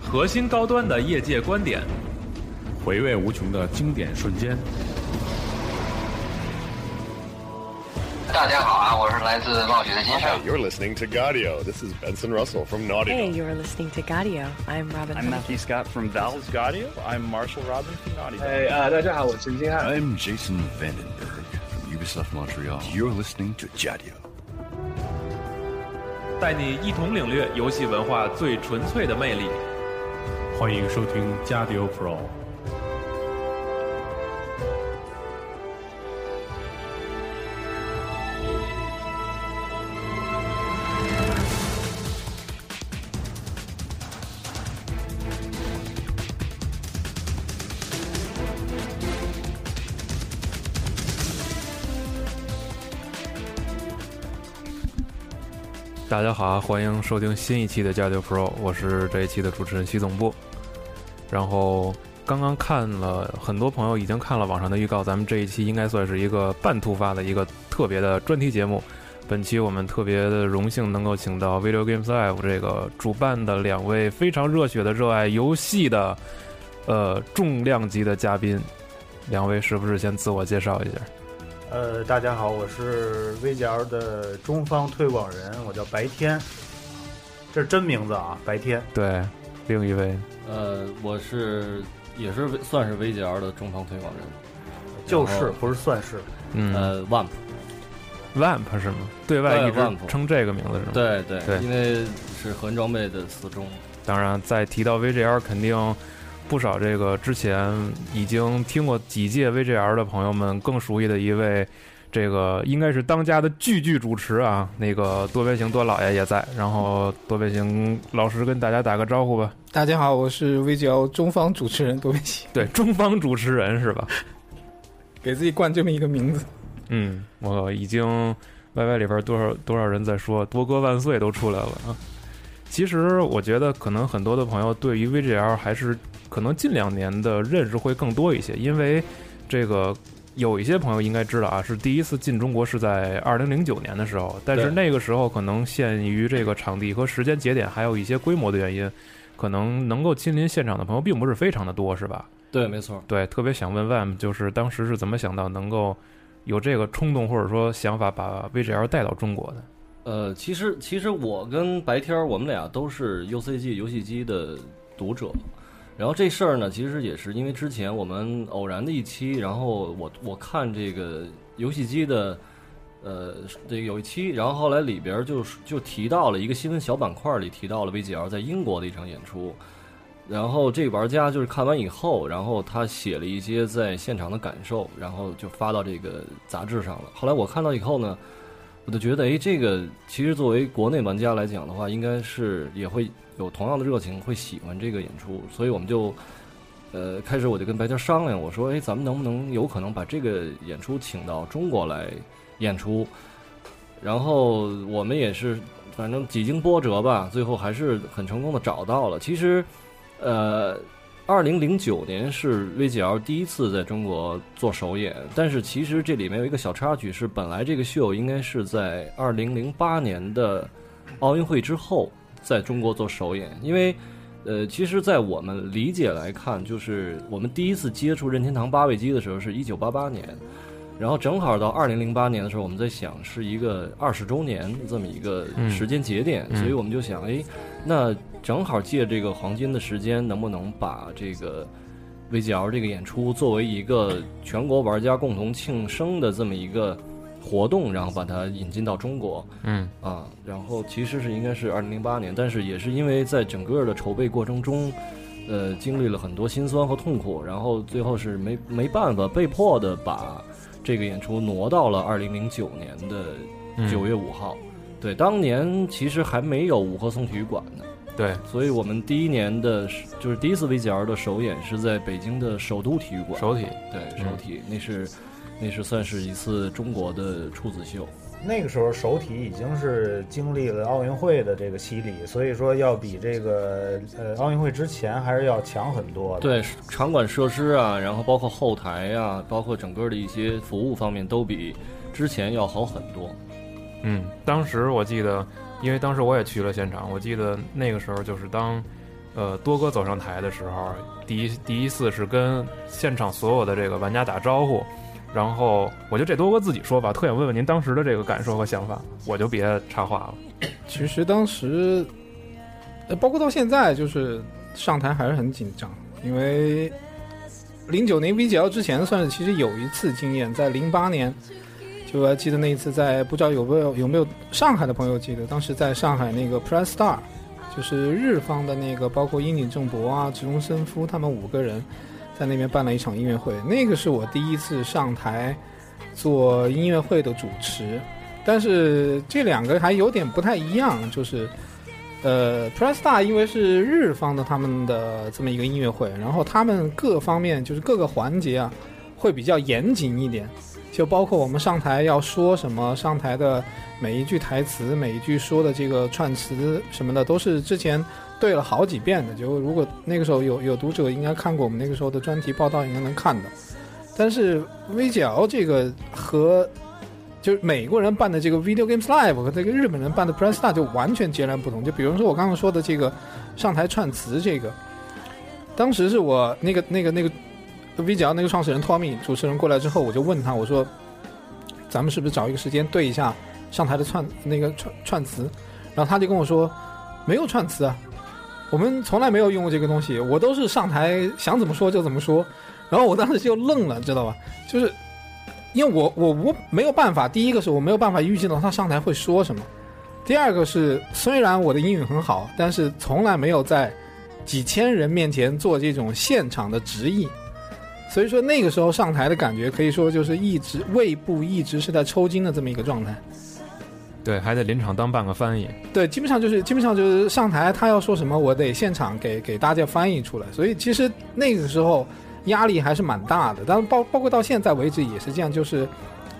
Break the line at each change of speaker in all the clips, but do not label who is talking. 核心高端的业界观点，
回味无穷的经典瞬间。
大家好啊，我是来自暴雪的金盛。
You're listening to Gaudio. This is Benson Russell from Naughty.
Hey, you're listening to Gaudio. I'm Robin.
I'm Matthew Scott from Valve.
This is Gaudio. I'm Marshall Robin from Naughty. Dog.
哎啊，大家好，我是金汉。
I'm Jason Vandenberg from Ubisoft Montreal. You're listening to Jadio.
带你一同领略游戏文化最纯粹的魅力。
欢迎收听《加迪欧 Pro》。
大家好，啊欢迎收听新一期的《加六 Pro》，我是这一期的主持人徐总部。然后刚刚看了，很多朋友已经看了网上的预告，咱们这一期应该算是一个半突发的一个特别的专题节目。本期我们特别的荣幸能够请到 Video Games Live 这个主办的两位非常热血的热爱游戏的呃重量级的嘉宾，两位是不是先自我介绍一下？
呃，大家好，我是 VGL 的中方推广人，我叫白天，这是真名字啊，白天。
对，另一位
呃，我是也是算是 VGL 的中方推广人，
就是不是算是，
嗯、
呃，Wamp，
Vamp 是吗？对外
对
一直
Vamp
称这个名字是吗？。
对对
对
因为是核心装备的死忠，
当然，在提到 VGL，肯定不少这个之前已经听过几届 VGL 的朋友们更熟悉的一位，这个应该是当家的剧剧主持啊，那个多边形多老爷也在。然后多边形老师跟大家打个招呼吧。
大家好，我是 VGL 中方主持人多边形，
对，中方主持人是吧？
给自己冠这么一个名字。
嗯，我已经 YY 里边多少多少人在说“多哥万岁”都出来了啊。其实我觉得，可能很多的朋友对于 VGL 还是可能近两年的认识会更多一些，因为这个有一些朋友应该知道啊，是第一次进中国是在二零零九年的时候，但是
对
那个时候可能限于这个场地和时间节点，还有一些规模的原因，可能能够亲临现场的朋友并不是非常的多，是吧？
对，没错，
对，特别想问 Vam，就是当时是怎么想到能够有这个冲动或者说想法把 VGL 带到中国的？
呃，其实其实我跟白天儿我们俩都是 UCG 游戏机的读者，然后这事儿呢，其实也是因为之前我们偶然的一期，然后我我看这个游戏机的。呃，这个有一期，然后后来里边儿就是就提到了一个新闻小板块儿里提到了 VGL 在英国的一场演出，然后这玩家就是看完以后，然后他写了一些在现场的感受，然后就发到这个杂志上了。后来我看到以后呢，我就觉得，哎，这个其实作为国内玩家来讲的话，应该是也会有同样的热情，会喜欢这个演出，所以我们就，呃，开始我就跟白天商量，我说，哎，咱们能不能有可能把这个演出请到中国来演出？然后我们也是，反正几经波折吧，最后还是很成功的找到了。其实，呃，二零零九年是 VGL 第一次在中国做首演，但是其实这里面有一个小插曲是，本来这个秀应该是在二零零八年的奥运会之后在中国做首演，因为。呃，其实，在我们理解来看，就是我们第一次接触任天堂八位机的时候是一九八八年，然后正好到二零零八年的时候，我们在想是一个二十周年这么一个
嗯
时间节点，
嗯
所以我们就想，哎，那正好借这个黄金的时间，能不能把这个 VGL 这个演出作为一个全国玩家共同庆生的这么一个活动，然后把它引进到中国
嗯，
啊？然后其实是应该是二零零八年，但是也是因为在整个的筹备过程中，呃，经历了很多辛酸和痛苦，然后最后是没没办法，被迫的把这个演出挪到了二零零九年的九
月
月五号。对，当年其实还没有五棵松体育馆呢。
对，
所以我们第一年的，就是第一次 VGL 的首演是在北京的首都体育馆。
首体
对，首体、那是那是算是一次中国的处子秀。
那个时候首体已经是经历了奥运会的这个洗礼，所以说要比这个呃奥运会之前还是要强很多的。，
对，场馆设施啊，然后包括后台啊，包括整个的一些服务方面，都比之前要好很多。
嗯，当时我记得，因为当时我也去了现场，我记得那个时候就是当呃多哥走上台的时候，第一第一次是跟现场所有的这个玩家打招呼，然后我就这多哥自己说吧，特想问问您当时的这个感受和想法，我就别插话了。
其实当时，呃，包括到现在，就是上台还是很紧张，因为零九年 VGL 之前算是其实有一次经验，在零八年，就我还记得那一次在不知道有没有有没有上海的朋友记得，当时在上海那个 Press Star，就是日方的那个，包括樱井正博啊、植中伸夫他们五个人在那边办了一场音乐会，那个是我第一次上台做音乐会的主持。但是这两个还有点不太一样，就是，呃，Presta 因为是日方的他们的这么一个音乐会，然后他们各方面就是各个环节啊，会比较严谨一点，就包括我们上台要说什么，上台的每一句台词、每一句说的这个串词什么的，都是之前对了好几遍的。就如果那个时候有有读者应该看过我们那个时候的专题报道，应该能看到。但是 VGL 这个和就是美国人办的这个 Video Games Live 和这个日本人办的 Press Star 就完全截然不同。就比如说我刚刚说的这个上台串词这个，当时是我那个那个那个 VGL 那个创始人 Tommy 主持人过来之后，我就问他，我说咱们是不是找一个时间对一下上台的串那个串串词？然后他就跟我说没有串词啊，我们从来没有用过这个东西，我都是上台想怎么说就怎么说。然后我当时就愣了，知道吧？就是因为我我我没有办法，第一个是我没有办法预计到他上台会说什么，第二个是虽然我的英语很好，但是从来没有在几千人面前做这种现场的直译，所以说那个时候上台的感觉可以说就是一直胃部一直是在抽筋的这么一个状态。
对，还得临场当半个翻译。
对，基本上就是基本上就是上台他要说什么，我得现场给给大家翻译出来。所以其实那个时候压力还是蛮大的，但是包包括到现在为止也是这样，就是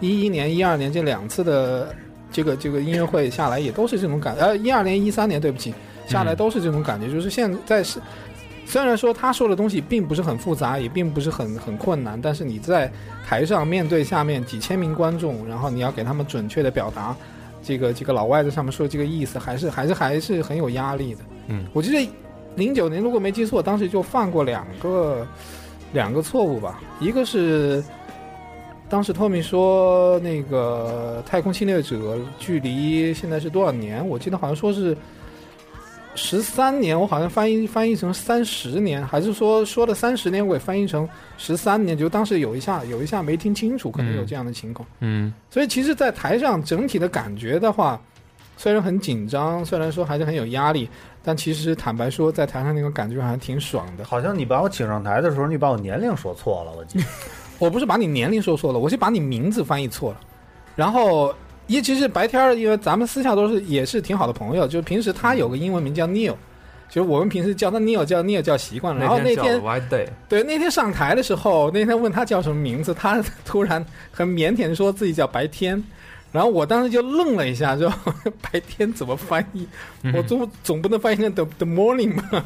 一一年、一二年这两次的这个这个音乐会下来也都是这种感，呃，一二年、一三年对不起，下来都是这种感觉，就是现在是。虽然说他说的东西并不是很复杂，也并不是很很困难，但是你在台上面对下面几千名观众，然后你要给他们准确的表达，这个这个老外在上面说这个意思，还是还是还是很有压力的。
嗯，
我记得零九年如果没记错，当时就犯过两个两个错误吧，一个是当时 Tommy 说那个《太空侵略者》距离现在是多少年？我记得好像说是十三年，我好像翻译翻译成三十年，还是说说了三十年，我给翻译成十三年？就当时有一下有一下没听清楚，可能有这样的情况。
嗯，
所以其实，在台上整体的感觉的话，虽然很紧张，虽然说还是很有压力，但其实坦白说，在台上那种感觉还挺爽的。
好像你把我请上台的时候，你把我年龄说错了，我记得。
我不是把你年龄说错了，我是把你名字翻译错了。然后，也其实白天儿，因为咱们私下都是也是挺好的朋友，就是平时他有个英文名叫 Neil，就是我们平时叫他 Neil 叫 Neil 叫习惯了。然后那
叫
天
White Day，
对，那天上台的时候，那天问他叫什么名字，他突然很腼腆说自己叫白天，然后我当时就愣了一下，就白天怎么翻译？我总总不能翻译成 the the morning 吧？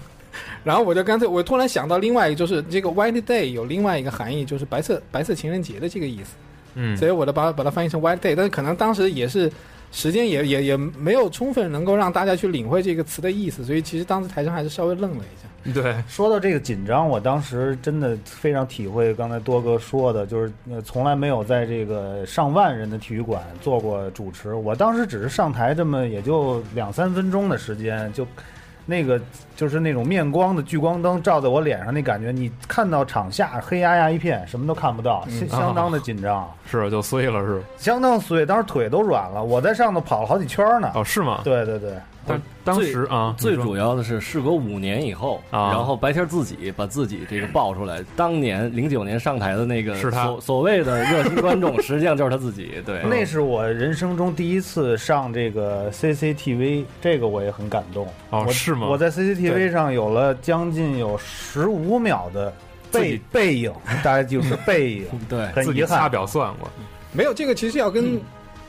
然后我就干脆，我突然想到另外一个，就是这个 White Day 有另外一个含义，就是白色白色情人节的这个意思。
嗯
所以我就把它把它翻译成 White Day，但是可能当时也是时间也也也没有充分能够让大家去领会这个词的意思，所以其实当时台上还是稍微愣了一下。
对，
说到这个紧张，我当时真的非常体会刚才多哥说的，就是呃从来没有在这个上万人的体育馆做过主持。我当时只是上台这么也就两三分钟的时间，就那个就是那种面光的聚光灯照在我脸上那感觉，你看到场下黑压压一片，什么都看不到，
嗯
相相当的 紧张，
是就碎了是吧？
相当碎。当时腿都软了，我在上头跑了好几圈呢。
哦，是吗？
对对对，
但当时啊，
最
你说
主要的是，事隔五年以后，
啊
然后白天自己把自己这个爆出来。当年零九年上台的那个
是他
所所谓的热心观众，实际上就是他自己。
哎
对，
那是我人生中第一次上这个 CCTV，这个我也很感动。
哦
我
是吗
我在 CCTV 上有了将近有十五秒的背背影，大概就是 背影，
对
很
自己
遗
掐
憾。
表算 过，
没有这个，其实要
嗯
跟、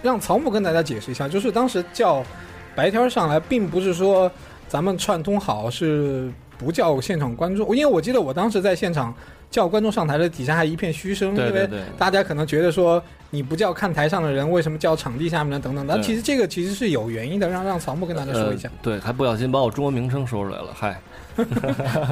让曹木跟大家解释一下，就是当时叫白天上来，并不是说咱们串通好是不叫现场观众，因为我记得我当时在现场叫观众上台的底下还一片嘘声，
对对
因
对
为大家可能觉得说你不叫看台上的人，为什么叫场地下面的等等的。但
对
其实这个其实是有原因的，让让草木跟大家说一下。
呃。对，还不小心把我中文名称说出来了，嗨。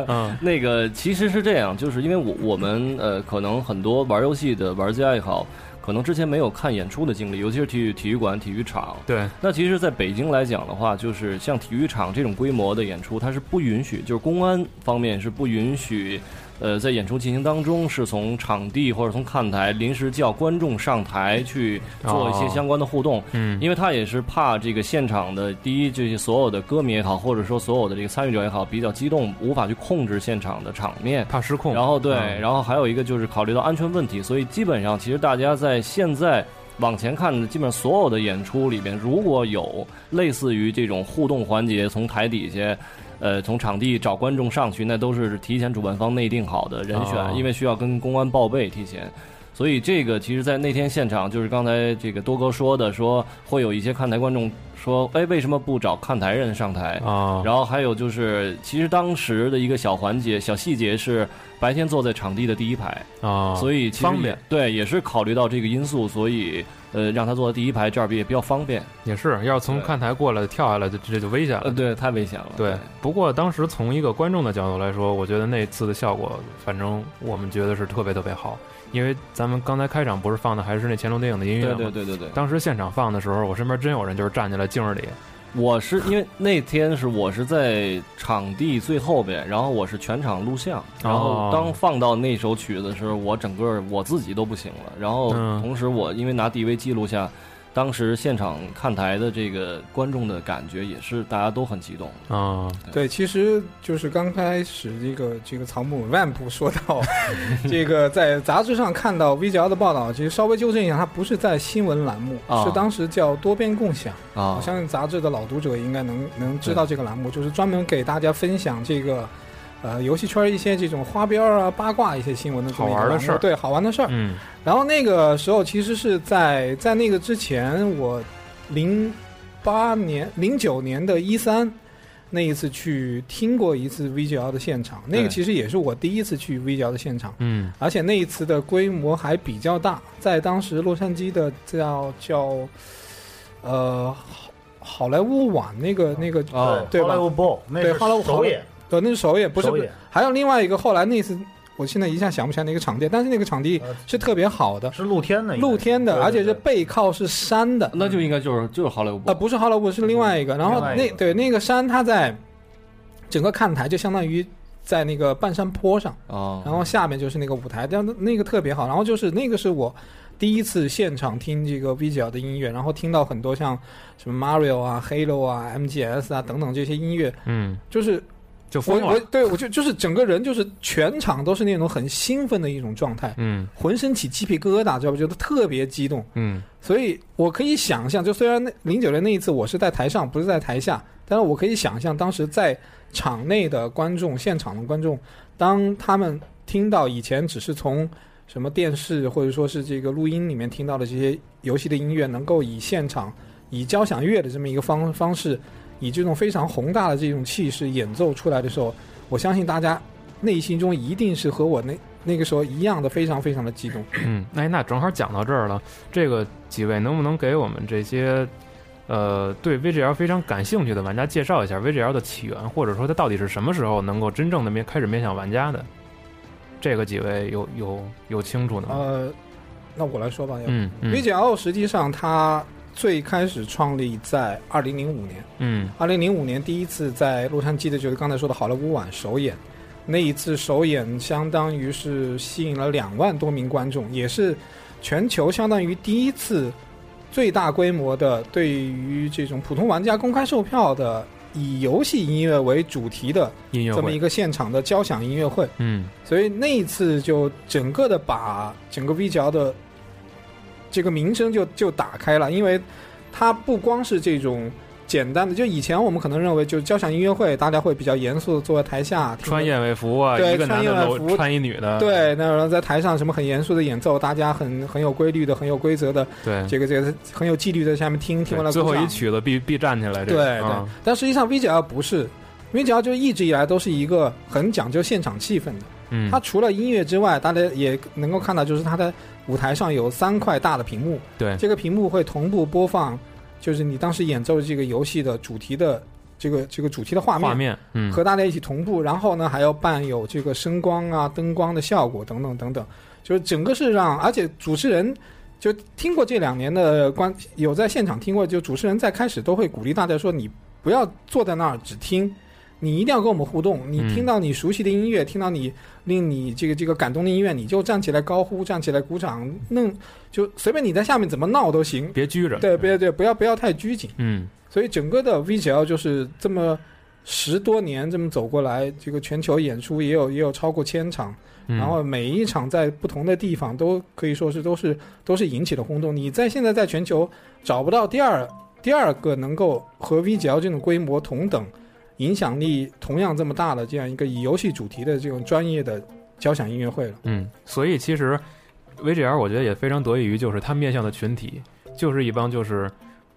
嗯，那个其实是这样，就是因为我我们呃，可能很多玩游戏的玩家也好，可能之前没有看演出的经历，尤其是体育体育馆、体育场。
对，
那其实，在北京来讲的话，就是像体育场这种规模的演出，它是不允许，就是公安方面是不允许，呃，在演出进行当中，是从场地或者从看台临时叫观众上台去做一些
哦
相关的互动。
嗯
因为他也是怕这个现场的第一，这些所有的歌迷也好，或者说所有的这个参与者也好，比较激动，无法去控制现场的场面。
怕失控。
然后对，
嗯
然后还有一个就是考虑到安全问题，所以基本上其实大家在现在往前看的，基本上所有的演出里边，如果有类似于这种互动环节，从台底下。呃，从场地找观众上去，那都是提前主办方内定好的人选，
哦
因为需要跟公安报备提前，所以这个其实，在那天现场，就是刚才这个多哥说的，说会有一些看台观众说，哎，为什么不找看台人上台？
啊，
然后还有就是，其实当时的一个小环节、小细节是白天坐在场地的第一排，
啊，
所以其实也
方便
对，也是考虑到这个因素，所以呃让他坐在第一排，这样也比较方便。
也是，要是从
对
看台过来跳下来，就这就危险了。
呃，对，太危险了。
对，不过当时从一个观众的角度来说，我觉得那次的效果，反正我们觉得是特别特别好，因为咱们刚才开场不是放的还是那乾隆电影的音乐
对
吗？
对对对对，
当时现场放的时候，我身边真有人就是站起来敬着礼，
我是因为那天是我是在场地最后边，然后我是全场录像，然后当放到那首曲子的时候，我整个我自己都不行了。然后
嗯
同时我因为拿 DV 记录下当时现场看台的这个观众的感觉，也是大家都很激动。
啊、
对，其实就是刚开始这个这个草木 Vamp 说 到，这个在杂志上看到 VGL 的报道，其实稍微纠正一下，它不是在新闻栏目，
啊
是当时叫多边共享。
啊
我相信杂志的老读者应该能能知道这个栏目，就是专门给大家分享这个。呃，游戏圈一些这种花边啊、八卦一些新闻的这么一个
好玩的
栏目
事儿
对好玩的事儿。
嗯，
然后那个时候其实是在在那个之前，我零八年、零九年的一三那一次去听过一次 VGL 的现场，那个
对
其实也是我第一次去 VGL 的现场，
嗯
而且那一次的规模还比较大，在当时洛杉矶的叫叫呃好好莱坞晚那个那个
哦
对
好莱
吧？
坞 Bowl 那
对
是
好莱坞
首演，
呃，那是首演，不是
首演
还有另外一个后来那次，我现在一下想不起来那个场地，但是那个场地
呃
是特别好的。
是露天的，应该是
露天的，
对对
而且是
对
背靠是山的，
那就应该就是就是好莱坞
呃，不是 Hollow，是另外一个。然后
另外一
那
个
对那个山，它在整个看台就相当于在那个半山坡上，
啊，
然后下面就是那个舞台，但那个特别好。然后就是那个是我第一次现场听这个 VGL 的音乐，然后听到很多像什么 Mario 啊、Halo 啊、MGS 啊等等这些音乐，
嗯，
就是
就
我
疯
我
了，
对我就就是整个人就是全场都是那种很兴奋的一种状态，
嗯
浑身起鸡皮疙瘩，知道不？觉得特别激动。
嗯
所以我可以想象，就虽然那零九年那一次我是在台上，不是在台下，但是我可以想象当时在场内的观众、现场的观众，当他们听到以前只是从什么电视或者说是这个录音里面听到的这些游戏的音乐，能够以现场以交响乐的这么一个方方式，以这种非常宏大的这种气势演奏出来的时候，我相信大家内心中一定是和我那那个时候一样的，非常非常的激动。
嗯，哎， 那正好讲到这儿了，这个几位能不能给我们这些？呃，对 VGL 非常感兴趣的玩家介绍一下 VGL 的起源，或者说它到底是什么时候能够真正的面开始面向玩家的？这个几位有有有清楚的吗？
呃，那我来说吧，要不
嗯嗯
VGL 实际上它最开始创立在二零零五年，
嗯
二零零五年第一次在洛杉矶的就是刚才说的好莱坞晚首演，那一次首演相当于是吸引了两万多名观众，也是全球相当于第一次最大规模的对于这种普通玩家公开售票的以游戏音乐为主题的
音乐
这么一
会，
个现场的交响音乐会。
嗯
所以那一次就整个的把整个 VGL 的这个名声就就打开了，因为它不光是这种简单的，就以前我们可能认为就是交响音乐会，大家会比较严肃的坐在台下听
穿啊燕尾服啊，
对
一个男的
穿燕尾
搂
服
穿一女的，
对，那然后在台上什么很严肃的演奏，大家很很有规律的、很有规则的，
对，
这个这个很有纪律的在下面听，听完了
最后啊
鼓掌
一曲子必必站起来，这
对
个
对，但实际上 VGL 不是。因为只要就一直以来都是一个很讲究现场气氛的。
嗯
它除了音乐之外，大家也能够看到，就是它的舞台上有三块大的屏幕，
对，
这个屏幕会同步播放，就是你当时演奏这个游戏的主题的这个这个主题的画面，
画面，嗯，
和大家一起同步。然后呢，还要伴有这个声光啊、灯光的效果等等等等，就是整个是让，而且主持人。就听过这两年的观，有在现场听过，就主持人在开始都会鼓励大家说，你不要坐在那儿只听，你一定要跟我们互动。你
嗯
听到你熟悉的音乐，听到你令你这个这个感动的音乐，你就站起来高呼，站起来鼓掌，弄就随便你在下面怎么闹都行。
别拘着，
对，别对，不要不要太拘谨。
嗯，
所以整个的 VGL 就是这么十多年这么走过来，这个全球演出也有也有超过千场，
嗯，
然后每一场在不同的地方都可以说是都是都是引起了轰动。你在现在在全球找不到第二第二个能够和 VGL 这种规模同等、影响力同样这么大的这样一个以游戏主题的这种专业的交响音乐会了。
嗯，所以其实 VGL 我觉得也非常得益于，就是它面向的群体就是一帮就是。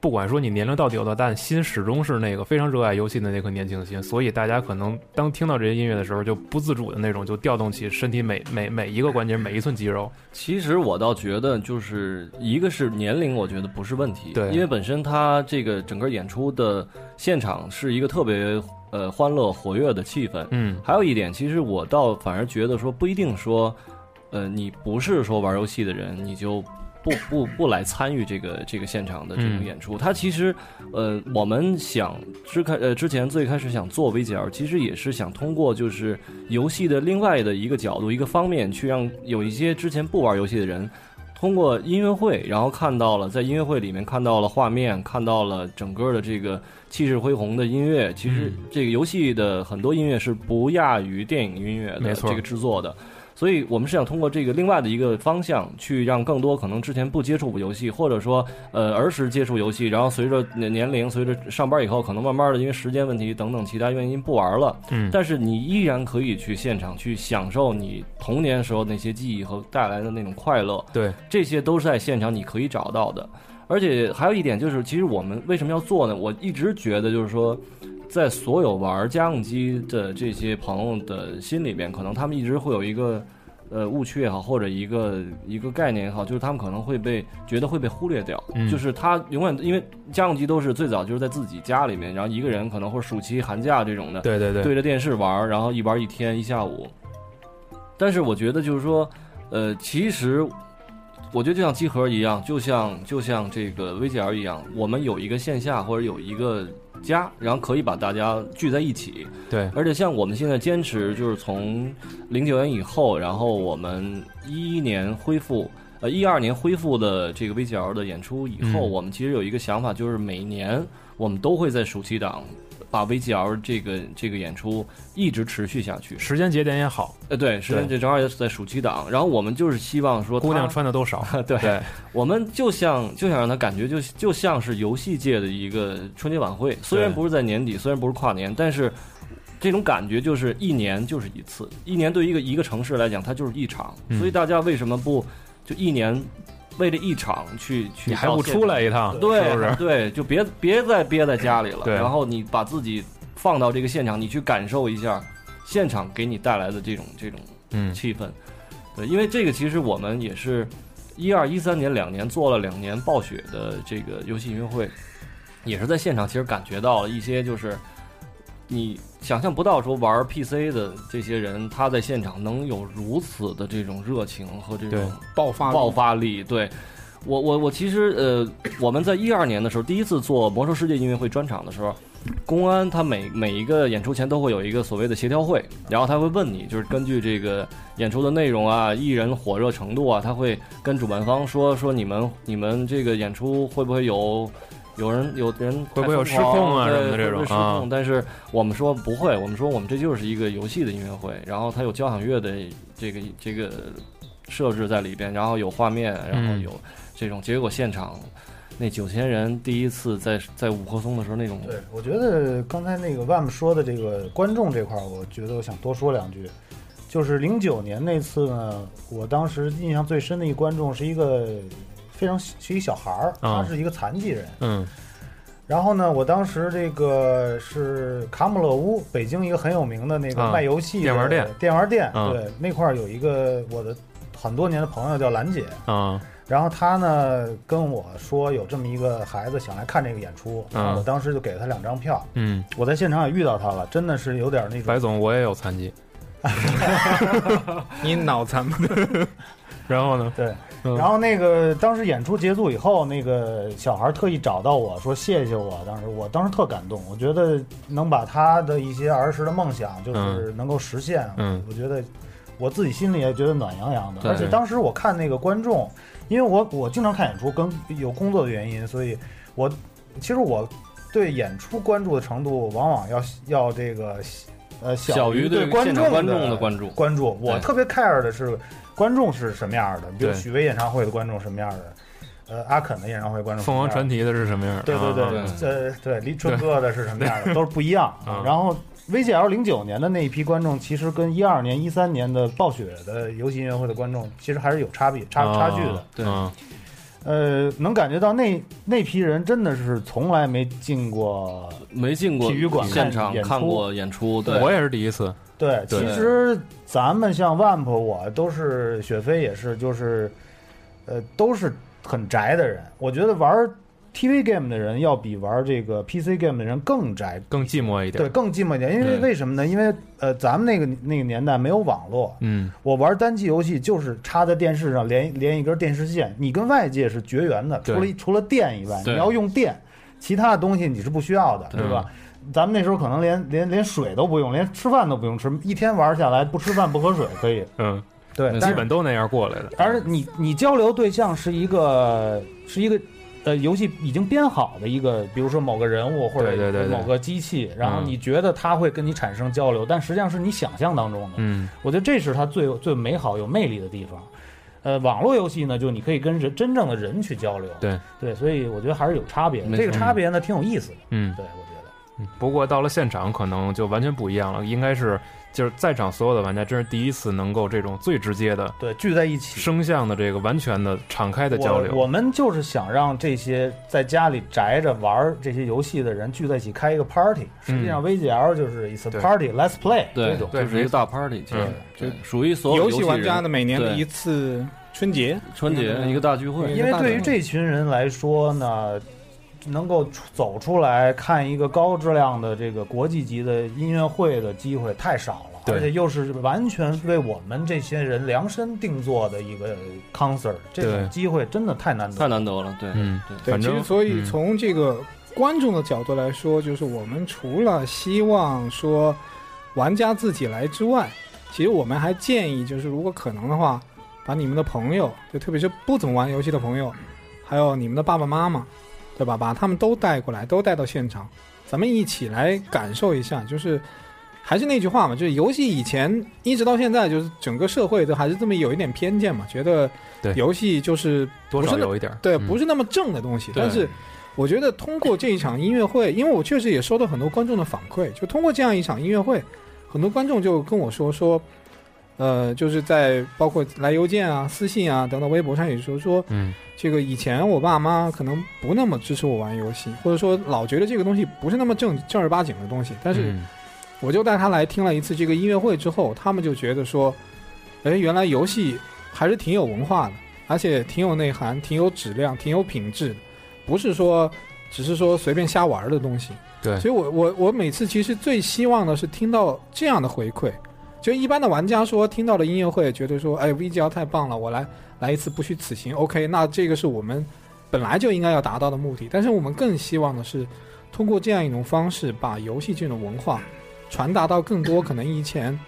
不管说你年龄到底有多大，心始终是那个非常热爱游戏的那颗年轻心，所以大家可能当听到这些音乐的时候，就不自主的那种就调动起身体每每每一个关节、每一寸肌肉。
其实我倒觉得，就是一个是年龄，我觉得不是问题，
对
因为本身它这个整个演出的现场是一个特别呃欢乐活跃的气氛。
嗯
还有一点，其实我倒反而觉得说不一定说，呃，你不是说玩游戏的人，你就 不不不来参与这个这个现场的这种
嗯
演出。它其实，呃，我们想之开呃之前最开始想做 VGL，其实也是想通过就是游戏的另外的一个角度一个方面，去让有一些之前不玩游戏的人。通过音乐会，然后看到了在音乐会里面看到了画面，看到了整个的这个气势恢宏的音乐。其
嗯
实这个游戏的很多音乐是不亚于电影音乐
没
的
错
这个制作的，所以我们是想通过这个另外的一个方向，去让更多可能之前不接触游戏，或者说呃儿时接触游戏，然后随着年年龄，随着上班以后，可能慢慢的因为时间问题等等其他原因不玩了，
嗯，
但是你依然可以去现场去享受你童年时候那些记忆和带来的那种快乐，
对，
这些都是在现场你可以找到的。而且还有一点就是，其实我们为什么要做呢？我一直觉得就是说，在所有玩家用机的这些朋友的心里面，可能他们一直会有一个呃误区也好，或者一个一个概念也好，就是他们可能会被觉得会被忽略掉，
嗯
就是他永远因为家用机都是最早就是在自己家里面，然后一个人可能或者暑期寒假这种的，
对对对，
对着电视玩儿，然后一玩儿一天一下午。但是我觉得就是说，呃，其实我觉得就像集合一样，就像就像这个 VCR 一样，我们有一个线下或者有一个家，然后可以把大家聚在一起。
对，
而且像我们现在坚持，就是从零九年以后，然后我们一一年恢复，呃，一二年恢复的这个 VCR 的演出以后，
嗯
我们其实有一个想法，就是每年我们都会在暑期档把 VCR 这个这个演出一直持续下去。
时间节点也好，
呃，对，是这正好也在暑期档，然后我们就是希望说它，
姑娘穿的都少，
对，
对，
我们就像就想让他感觉就就像是游戏界的一个春节晚会，虽然
对
不是在年底，虽然不是跨年，但是这种感觉就是一年就是一次，一年对于一个一个城市来讲，它就是一场，
嗯
所以大家为什么不就一年为了一场去去
你还
到
不
现
出
场
来一趟，
对，
是不是？
对，就别别再憋在家里了，
对
然后你把自己放到这个现场，你去感受一下现场给你带来的这种这种
嗯
气氛。对，因为这个其实我们也是一二一三年两年做了两年暴雪的这个游戏音乐会，也是在现场其实感觉到了一些就是你想象不到说玩 PC 的这些人他在现场能有如此的这种热情和这
对
种
爆发力
爆发力，对。我我我其实呃，我们在一二年的时候，第一次做魔兽世界音乐会专场的时候，公安他每每一个演出前都会有一个所谓的协调会，然后他会问你，就是根据这个演出的内容啊、艺人火热程度啊，他会跟主办方说说你们你们这个演出会不会有有人有人
会不会有
太疯狂
失控啊
对
什么的这种
会不会失
啊
控？但是我们说不会，我们说我们这就是一个游戏的音乐会，然后它有交响乐的这个这个设置在里边，然后有画面，然后
嗯
有这种结果现场。那九千人第一次在在五棵松的时候，那种
对，我觉得刚才那个 Vam 说的这个观众这块儿，我觉得我想多说两句。就是零九年那次呢，我当时印象最深的一个观众是一个非常是一小孩儿，
啊
他是一个残疾人。
嗯
然后呢，我当时这个是卡姆勒屋，北京一个很有名的那个
啊
卖游戏的
电玩店
电玩店，
嗯
对，那块儿有一个我的很多年的朋友叫兰姐，
啊
然后她呢跟我说有这么一个孩子想来看这个演出，
嗯
然后我当时就给了他两张票，
嗯，
我在现场也遇到他了，真的是有点那种
白总我也有残疾，
你脑残吗？
然后呢，
对，
嗯
然后那个当时演出结束以后，那个小孩特意找到我说谢谢我，当时我当时特感动，我觉得能把他的一些儿时的梦想就是能够实现，
嗯
我觉得我自己心里也觉得暖洋洋的。
对
而且当时我看那个观众，因为我我经常看演出，跟有工作的原因，所以我其实我对演出关注的程度往往要要这个呃
小
于
于
对
对
观
现
众
场观众的关注
关注。我
对
特别 care 的是观众是什么样的，比如
对
许巍演唱会的观众什么样的，呃，阿肯的演唱会观众什
凤
么
凰
样的
传。奇的是什么样？
对对
啊
对，呃，对，离春哥的是什么样 的，都是不一样。
啊
然后 VGL 零九年的那一批观众，其实跟一二年、一三年的暴雪的游戏音乐会的观众，其实还是有差别、差差距
啊
的。，
啊
呃，能感觉到那那批人真的是从来没进过，
没进过
体育馆
现场
看演出
看过演出，对，
我也是第一次，
对，
对
其实咱们像万婆，我都是雪飞，也是就是，呃，都是很宅的人。我觉得玩 TV game 的人要比玩这个 PC game 的人更宅，
更寂寞一点。
对，，更寂寞一点。因为
对
为什么呢？因为呃，咱们那个那个年代没有网络，
嗯，
我玩单机游戏就是插在电视上连连一根电视线，你跟外界是绝缘的，
对
除了除了电以外，
对
你要用电，其他的东西你是不需要的，对吧？咱们那时候可能连连连水都不用，连吃饭都不用吃，一天玩下来不吃饭不喝水 可以。
嗯，
对，但
基
是
本都那样过来的。
而你你交流对象是一个是一个呃游戏已经编好的一个，比如说某个人物或者
对对对对
某个机器，然后
嗯
你觉得他会跟你产生交流，但实际上是你想象当中的。
嗯，
我觉得这是它最最美好、有魅力的地方。呃，网络游戏呢，就你可以跟人真正的人去交流，
对
对，所以我觉得还是有差别的。
没
这
错
个差别呢，挺有意思的，
嗯，
对我觉得
不过到了现场可能就完全不一样了，应该是就是在场所有的玩家，真是第一次能够这种最直接的
对聚在一起
声像的这个完全的敞开的交
我。我
流。
们就是想让这些在家里宅着玩儿这些游戏的人聚在一起开一个 party。实际上，VGL 就是 it's a
嗯对
party，let's play
对
这种，
对
就是一个大 party，其实
嗯
对属于所有
游戏玩
人
家的每年的
对
一次春节，
春节
嗯
一个大聚会，
因为对于这群人来说呢，能够出走出来看一个高质量的这个国际级的音乐会的机会太少了，
对
而且又是完全为我们这些人量身定做的一个 concert，这
对
种机会真的太难得
太
了。
难得了，对，
嗯，
对
对，
反
其
正
实所以
嗯
从这个观众的角度来说，就是我们除了希望说玩家自己来之外，其实我们还建议，就是如果可能的话，把你们的朋友，就特别是不怎么玩游戏的朋友，还有你们的爸爸妈妈，对吧？把他们都带过来，都带到现场，咱们一起来感受一下，就是。还是那句话嘛，就是游戏以前一直到现在，就是整个社会都还是这么有一点偏见嘛，觉得
对
游戏就是
多
不是
少
那
有一点儿。
对，
嗯
不是那么正的东西。
对
但是我觉得通过这一场音乐会，因为我确实也收到很多观众的反馈，就通过这样一场音乐会，很多观众就跟我说说，呃，就是在包括来邮件啊、私信啊等等，微博上也说说，
嗯，
这个以前我爸妈可能不那么支持我玩游戏，或者说老觉得这个东西不是那么正正儿八经的东西，但是
嗯
我就带他来听了一次这个音乐会之后，他们就觉得说，哎，原来游戏还是挺有文化的，而且挺有内涵、挺有质量、挺有品质的，不是说只是说随便瞎玩儿的东西。
对
所以我我我每次其实最希望的是听到这样的回馈，就一般的玩家说听到了音乐会，觉得说，哎，VGL 太棒了，我来来一次不虚此行，OK，那这个是我们本来就应该要达到的目的，但是我们更希望的是通过这样一种方式，把游戏这种文化传达到更多可能以前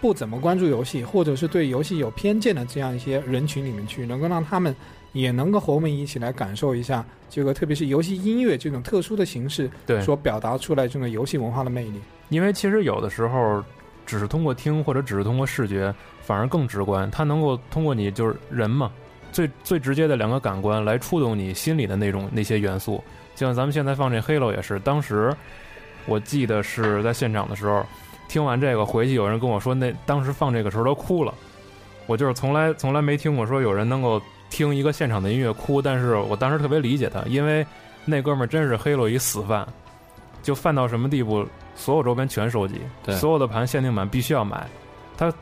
不怎么关注游戏，或者是对游戏有偏见的这样一些人群里面去，能够让他们也能够和我们一起来感受一下这个，特别是游戏音乐这种特殊的形式
对，
所表达出来这种游戏文化的魅力。
因为其实有的时候只是通过听或者只是通过视觉，反而更直观。它能够通过你就是人嘛，最最直接的两个感官来触动你心里的那种那些元素。就像咱们现在放这《Halo》也是，当时我记得是在现场的时候，听完这个回去有人跟我说那，当时放这个时候都哭了。我就是从来从来没听过说有人能够听一个现场的音乐哭，但是我当时特别理解他，因为那哥们儿真是黑了一死犯，就犯到什么地步，所有周边全收集，
对
所有的盘限定版必须要买。他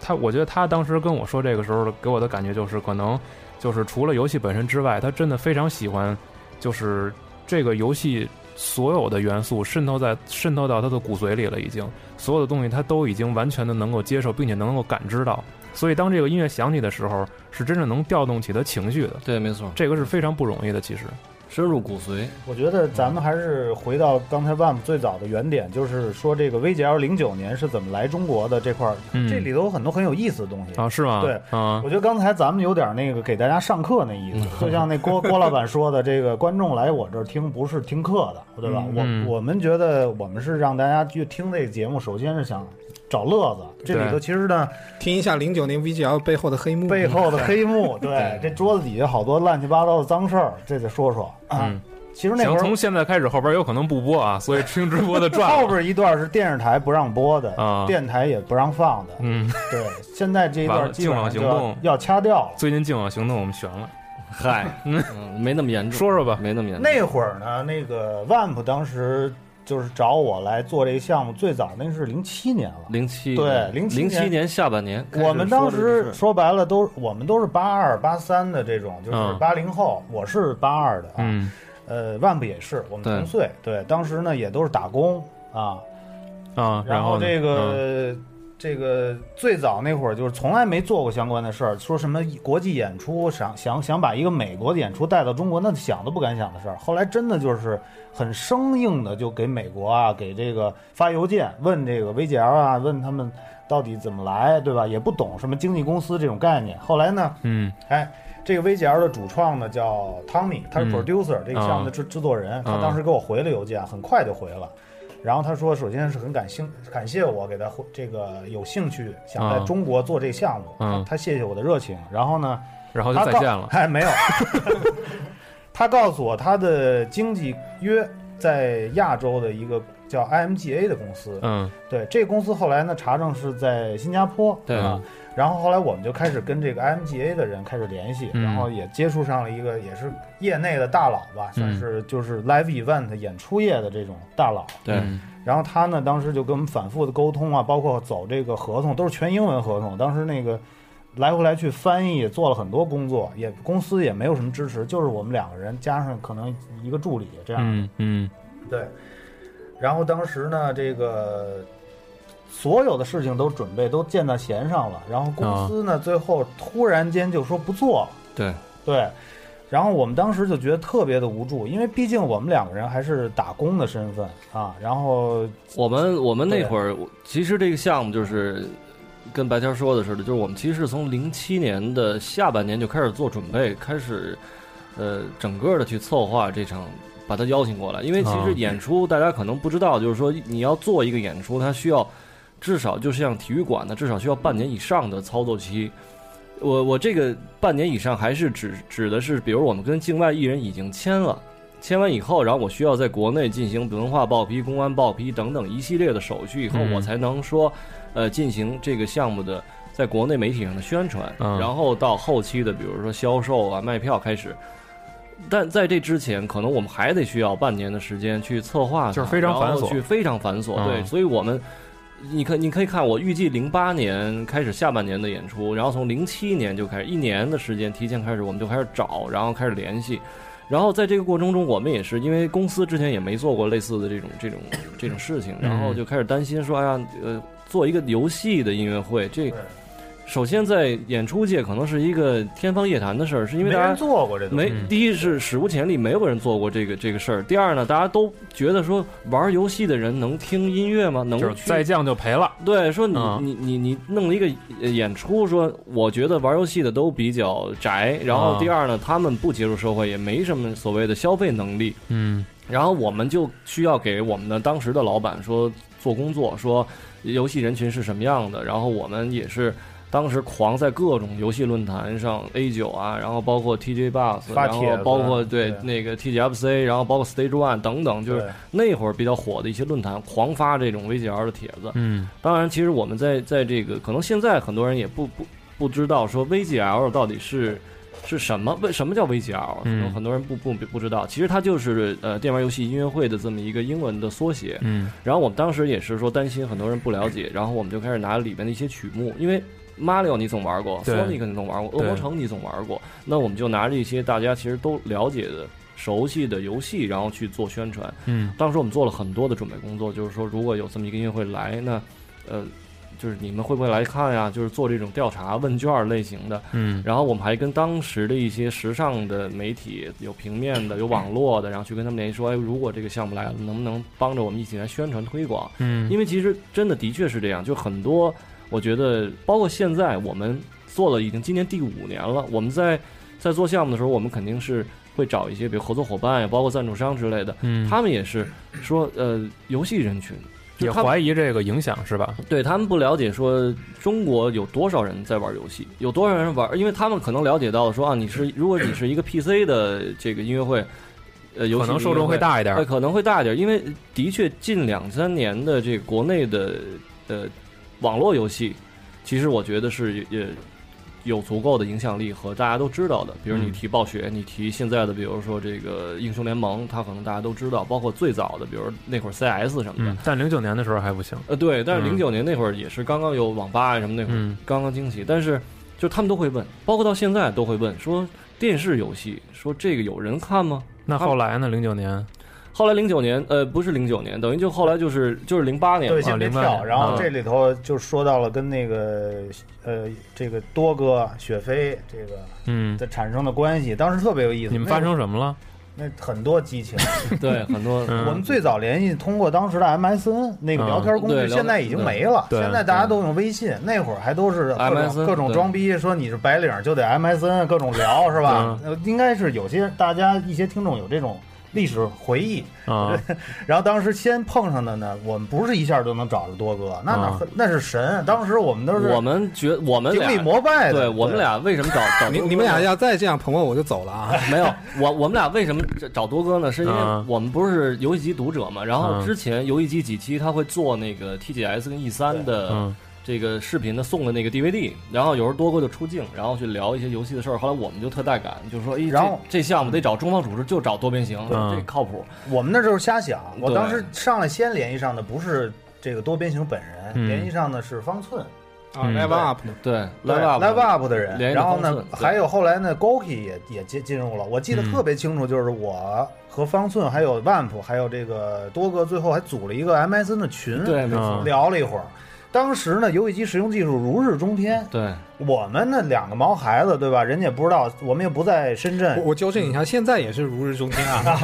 他，我觉得他当时跟我说这个时候的，给我的感觉就是，可能就是除了游戏本身之外，他真的非常喜欢，就是这个游戏所有的元素渗透在渗透到他的骨髓里了，已经所有的东西他都已经完全的能够接受，并且能够感知到。所以当这个音乐响起的时候，是真正能调动起他情绪的。
对，没错，
这个是非常不容易的，其实
深入骨髓。
我觉得咱们还是回到刚才 Vamp 最早的原点，就是说这个 VGL 零九年是怎么来中国的这块儿，
嗯
这里头有很多很有意思的东西
啊，是吗？
对
啊嗯
我，觉得刚才咱们有点那个给大家上课那意思，就像那 郭郭老板说的，这个观众来我这儿听不是听课的，对吧？
嗯
我我们觉得我们是让大家去听这个节目，首先是想找乐子，这里头
对嗯
其实呢
听一下零九年 VGL 背后的黑幕，
背后的 黑幕，对，这桌子底下好多乱七八糟的脏事儿，这得说说啊。
嗯
其实那
行
会，儿
从现在开始后边有可能不播啊，所以听直播的赚了
后边一段是电视台不让播的，
啊
电台也不让放的，
嗯，
对。现在这一
完
段
了
基本上就
净网行
要
动
要掐掉了。
最近净网行动我们悬了，
嗨，嗯，没那么严重，
说说吧
没那么严重。
那会儿呢，那个 Vamp 当时就是找我来做这个项目，最早那是零七年了。
零七
对
零
07
七年下半年，
我们当
开始说这
时
个事儿
说白了都，我们都是八二八三的这种，就是
嗯
八零后，我是八二的啊。
嗯，
呃，Vamp 也是，我们
对
同岁。对，当时呢也都是打工啊，
啊，
然
后呢嗯
这个、这个最早那会儿就是从来没做过相关的事儿，说什么国际演出想想想把一个美国的演出带到中国，那想都不敢想的事儿。后来真的就是很生硬的就给美国啊，给这个发邮件问这个 VGL 啊，问他们到底怎么来，对吧？也不懂什么经纪公司这种概念。后来呢，
嗯
哎，这个 VGL 的主创呢叫汤米，他是
嗯啊
producer、这个项目的制制作人，他当时给我回了邮件，很快就回了。然后他说，首先是很感兴感谢我给他回这个有兴趣想在
啊
中国做这项目，
嗯
他谢谢我的热情。然后呢，
嗯，然后就
他
再
告
见了，
哎，没有，他告诉我他的经纪约在亚洲的一个叫 IMGA 的公司，
嗯
对，这个公司后来呢查证是在新加坡，
对
啊，然后后来我们就开始跟这个 IMGA 的人开始联系，
嗯
然后也接触上了一个也是业内的大佬吧，
嗯
算是就是 live event 演出业的这种大佬。
对
嗯
然后他呢，当时就跟我们反复的沟通啊，包括走这个合同都是全英文合同，当时那个来回来去翻译，做了很多工作，也公司也没有什么支持，就是我们两个人加上可能一个助理这样。
嗯嗯
对，然后当时呢，这个所有的事情都准备都箭在弦上了，然后公司呢、最后突然间就说不做了，
对
对，然后我们当时就觉得特别的无助，因为毕竟我们两个人还是打工的身份啊，然后
我们我们那
对
会儿，我其实这个项目就是跟白天说的似的，就是我们其实是从零七年的下半年就开始做准备，开始呃整个的去策划这场。把他邀请过来，因为其
啊
实演出大家可能不知道，就是说你要做一个演出，它需要至少就像体育馆的，至少需要半年以上的操作期。我我这个半年以上还是指指的是，比如我们跟境外艺人已经签了，签完以后，然后我需要在国内进行文化报批、公安报批等等一系列的手续以后，
嗯
我才能说，呃，进行这个项目的在国内媒体上的宣传，
嗯
然后到后期的比如说销售啊、卖票开始。但在这之前，可能我们还得需要半年的时间去策划它，
就是非常
然
繁
后
琐
去非常繁琐。
嗯
对，所以我们，你可你可以看，我预计零八年开始下半年的演出，然后从零七年就开始一年的时间提前开始，我们就开始找，然后开始联系，然后在这个过程中，我们也是因为公司之前也没做过类似的这种这种这种事情，然后
嗯
就开始担心说，哎呀，呃，做一个游戏的音乐会，这首先在演出界可能是一个天方夜谭的事儿，是因为
没
大
人
家
做过这东西。
没
嗯
第一是史无前例，没有人做过这个这个事儿。第二呢，大家都觉得说玩游戏的人能听音乐吗？能
嗯就是
去
再降就赔了，
对，说你、
嗯
你你你弄了一个呃演出，说我觉得玩游戏的都比较宅，然后
啊
第二呢，他们不接触社会，也没什么所谓的消费能力，
嗯
然后我们就需要给我们的当时的老板说做工作，说游戏人群是什么样的，然后我们也是。当时狂在各种游戏论坛上 A 九啊，然后包括 TJ Bus，
发
然
帖
后
子
包括对
对
那个 TGFC，然后包括 Stage One 等等，就是
对
那会儿比较火的一些论坛，狂发这种 VGL 的帖子。
嗯
当然，其实我们在在这个可能现在很多人也不不不知道说 VGL 到底是是什么？为什么叫 VGL？可能
嗯
很多人不不不知道，其实它就是呃电玩游戏音乐会的这么一个英文的缩写。
嗯
然后我们当时也是说担心很多人不了解，然后我们就开始拿里面的一些曲目，因为 Mario 你总玩过
对
，Sonic 你总玩过，恶魔
对
城你总玩过，那我们就拿着一些大家其实都了解的、熟悉的游戏，然后去做宣传。
嗯
当时我们做了很多的准备工作，就是说如果有这么一个音乐会来，那呃，就是你们会不会来看呀？就是做这种调查问卷儿类型的。
嗯
然后我们还跟当时的一些时尚的媒体，有平面的，有网络的，然后去跟他们联系说，哎，如果这个项目来了，能不能帮着我们一起来宣传推广？
嗯，
因为其实真的的确是这样，就很多，我觉得包括现在我们做了已经今年第五年了，我们在在做项目的时候，我们肯定是会找一些比如合作伙伴呀，包括赞助商之类的，
嗯
他们也是说，呃，游戏人群就
也
他们
怀疑这个影响是吧？
对他们不了解说中国有多少人在玩游戏，有多少人玩，因为他们可能了解到说啊，你是如果你是一个 PC 的这个音乐会，呃，游戏
可能
的
受
音乐
众会大一点
呃，。可能会大一点，因为的确近两三年的这个国内的呃网络游戏，其实我觉得是也有足够的影响力和大家都知道的。比如你
嗯
提暴雪，你提现在的，比如说这个英雄联盟，它可能大家都知道，包括最早的，比如那会儿 CS 什么的。
嗯，但零九年的时候还不行。
呃，对，但是
嗯
零九年那会儿也是刚刚有网吧啊什么那会儿
嗯
刚刚兴起，但是就他们都会问，包括到现在都会问说电视游戏，说这个有人看吗？
那后来呢？零九年
后来零九年，呃，不是零九年，等于就后来就是就是零八年
对，
嘛
先别
08
跳。
年
然后
嗯
这里头就说到了跟那个呃，这个多哥、雪飞这个
嗯，
的产生的关系，当时特别有意思。
你们
那
发生什么了？
那很多激情。
对很多，
嗯
我们最早联系通过当时的 MSN 那个聊天工
嗯
具，
对
现在已经没了。
对
现在大家都用微信，那会儿还都是各种
MSN
各种装逼，说你是白领就得 MSN 各种聊是吧？
嗯
呃应该是有些大家一些听众有这种历史回忆。
啊，
然后当时先碰上的呢，我们不是一下就能找着多哥，那哪、
啊
那是神，当时我们都是
嗯我们觉我们
顶礼
俩
膜拜的。
对我们俩为什么找找
你
多
你们俩
哥呢
要再这样捧我，我就走了啊！
没有我我们俩为什么找多哥呢？是因为
嗯
我们不是游戏机读者嘛，然后
嗯
之前游戏机几期他会做那个 TGS 跟 E 三的
嗯
这个视频的送的那个 DVD，然后有时候多哥就出镜，然后去聊一些游戏的事儿。后来我们就特带感，就是说，哎，
然后
这这项目得找中方主持，就找多边形，
嗯
这靠谱。
我们那时候瞎想，我
对
当时上来先联系上的不是这个多边形本人，
嗯
联系上的是方寸
啊
嗯
，Live Up 呢？
对
Live
，Live Up，
Up 的人，
联系
然后呢
方，寸对
还有后来呢，Goki 也也进进入了。我记得
嗯
特别清楚，就是我和方寸还有万普还有这个多哥，最后还组了一个 MSN 的群，
对，没错
嗯，
聊了一会儿。当时呢，游戏机使用技术如日中天，
对，
我们那两个毛孩子，对吧？人家也不知道，我们也不在深
我
圳。
我纠正一下，现在也是如日中天 啊，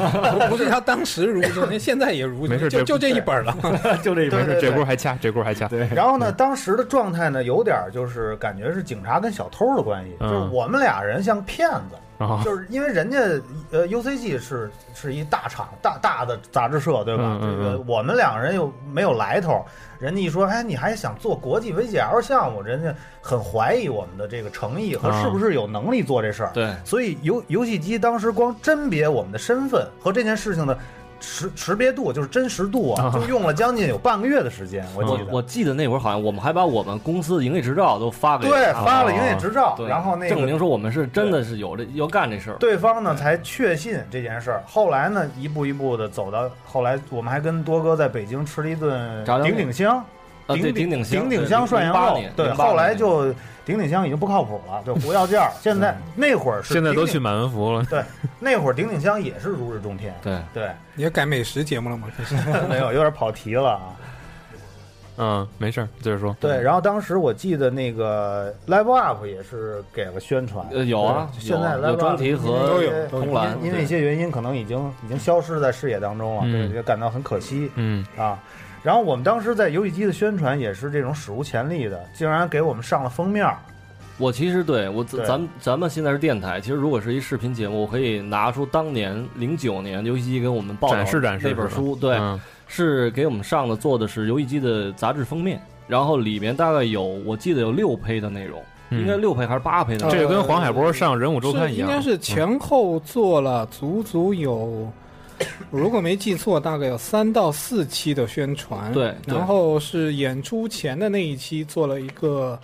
不是他当时如日中天，现在也如日中
没事
天，就
这
就这一本了。
就这一
对对对
这锅还掐，这锅还掐。对，
然后呢，当时的状态呢，有点儿就是感觉是警察跟小偷的关系，就
嗯
是我们俩人像骗子，
啊，
就是因为人家呃 UCG 是是一大厂大大的杂志社，对吧？
嗯嗯嗯
这个我们两个人又没有来头，人家一说，哎，你还想做国际 VGL 项目，人家很怀疑我们的这个诚意和
啊
是不是有能力做这事儿。
对，
所以游游戏机当时光甄别我们的身份和这件事情的识识别度，就是真实度啊，
啊
就用了将近有半个月的时间，我记
我
得。
我记得那会儿好像我们还把我们公司营业执照都发给
对，
他
发了营业执照，
啊对
然后那
证
个
明说我们是真的是有这要干这事儿。
对方呢才确信这件事儿。后来呢，一步一步的走到后来，我们还跟多哥在北京吃了一顿
炸酱面
顶顶香，
啊，对，
顶
顶顶
顶
顶
顶香涮羊肉。对，后来就顶顶香已经不靠谱了，对，胡耀 件儿。现
嗯
在那会儿是
现在都
顶
去
顶
满文服了。
那会儿顶顶香也是如日中天。
对
对，
你要改美食节目了吗？这是
没有，有点跑题了啊。
嗯，没事儿，接着说。
对，然后当时我记得那个 Live Up 也是给了宣传，
呃有啊
对
有
现在
啊
Live
有
Up
专题和
都有
因为
红蓝
因为因为一些原因可能已经已经消失在视野当中了，
嗯
对，也感到很可惜
嗯
啊。然后我们当时在游戏机的宣传也是这种史无前例的，竟然给我们上了封面儿，
我其实对我
对
咱咱们咱们现在是电台，其实如果是一视频节目，我可以拿出当年零九年游戏机给我们报道
展示展示
那本
是吧
书，对，
嗯
是给我们上的做的是游戏机的杂志封面，然后里面大概有我记得有六胚的内容，
嗯哦
应该六胚还是八胚的内
这
容，
个跟黄海波上《人物周刊》
是
一
应
样，嗯
该是前后做了足足有， 如果没记错，大概有三到四期的宣传。
对对
然后是演出前的那一期做了一个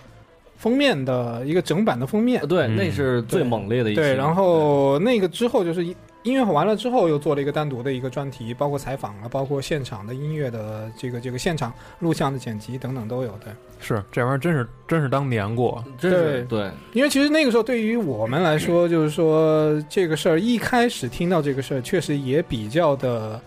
封面的一个整版的封面，
嗯
对，那啊是最猛烈的一期
对，然后那个之后就是一音乐完了之后，又做了一个单独的一个专题，包括采访啊了，包括现场的音乐的这个这个现场录像的剪辑等等都有。对，
是这玩意儿真是真是当年过，
真是对，
因为其实那个时候对于我们来说，就是说这个事儿一开始听到这个事儿，确实也比较的，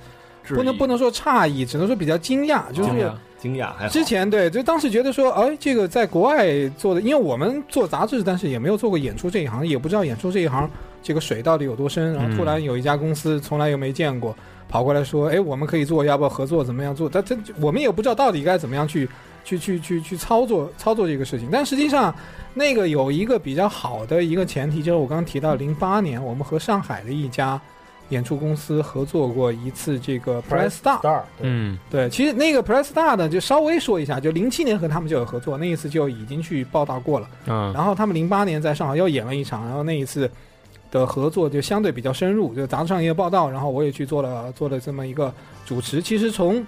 质疑
不能不能说诧异，只能说比较惊讶，就是
惊讶惊讶还好
之前对，就当时觉得说，哎，这个在国外做的，因为我们做杂志，但是也没有做过演出这一行，也不知道演出这一行这个水到底有多深。然后
嗯
突然有一家公司，从来又没见过，跑过来说，哎，我们可以做，要不要合作？怎么样做？但这我们也不知道到底该怎么样去去去去去操作操作这个事情。但实际上，那个有一个比较好的一个前提，就是我刚刚提到，零八年我们和上海的一家演出公司合作过一次这个 Press Star。
Star，
嗯，
对，其实那个 Press Star 呢，就稍微说一下，就零七年和他们就有合作，那一次就已经去报道过了。
嗯
然后他们零八年在上海又演了一场，然后那一次的合作就相对比较深入，就杂志上也有报道，然后我也去做了做了这么一个主持。其实从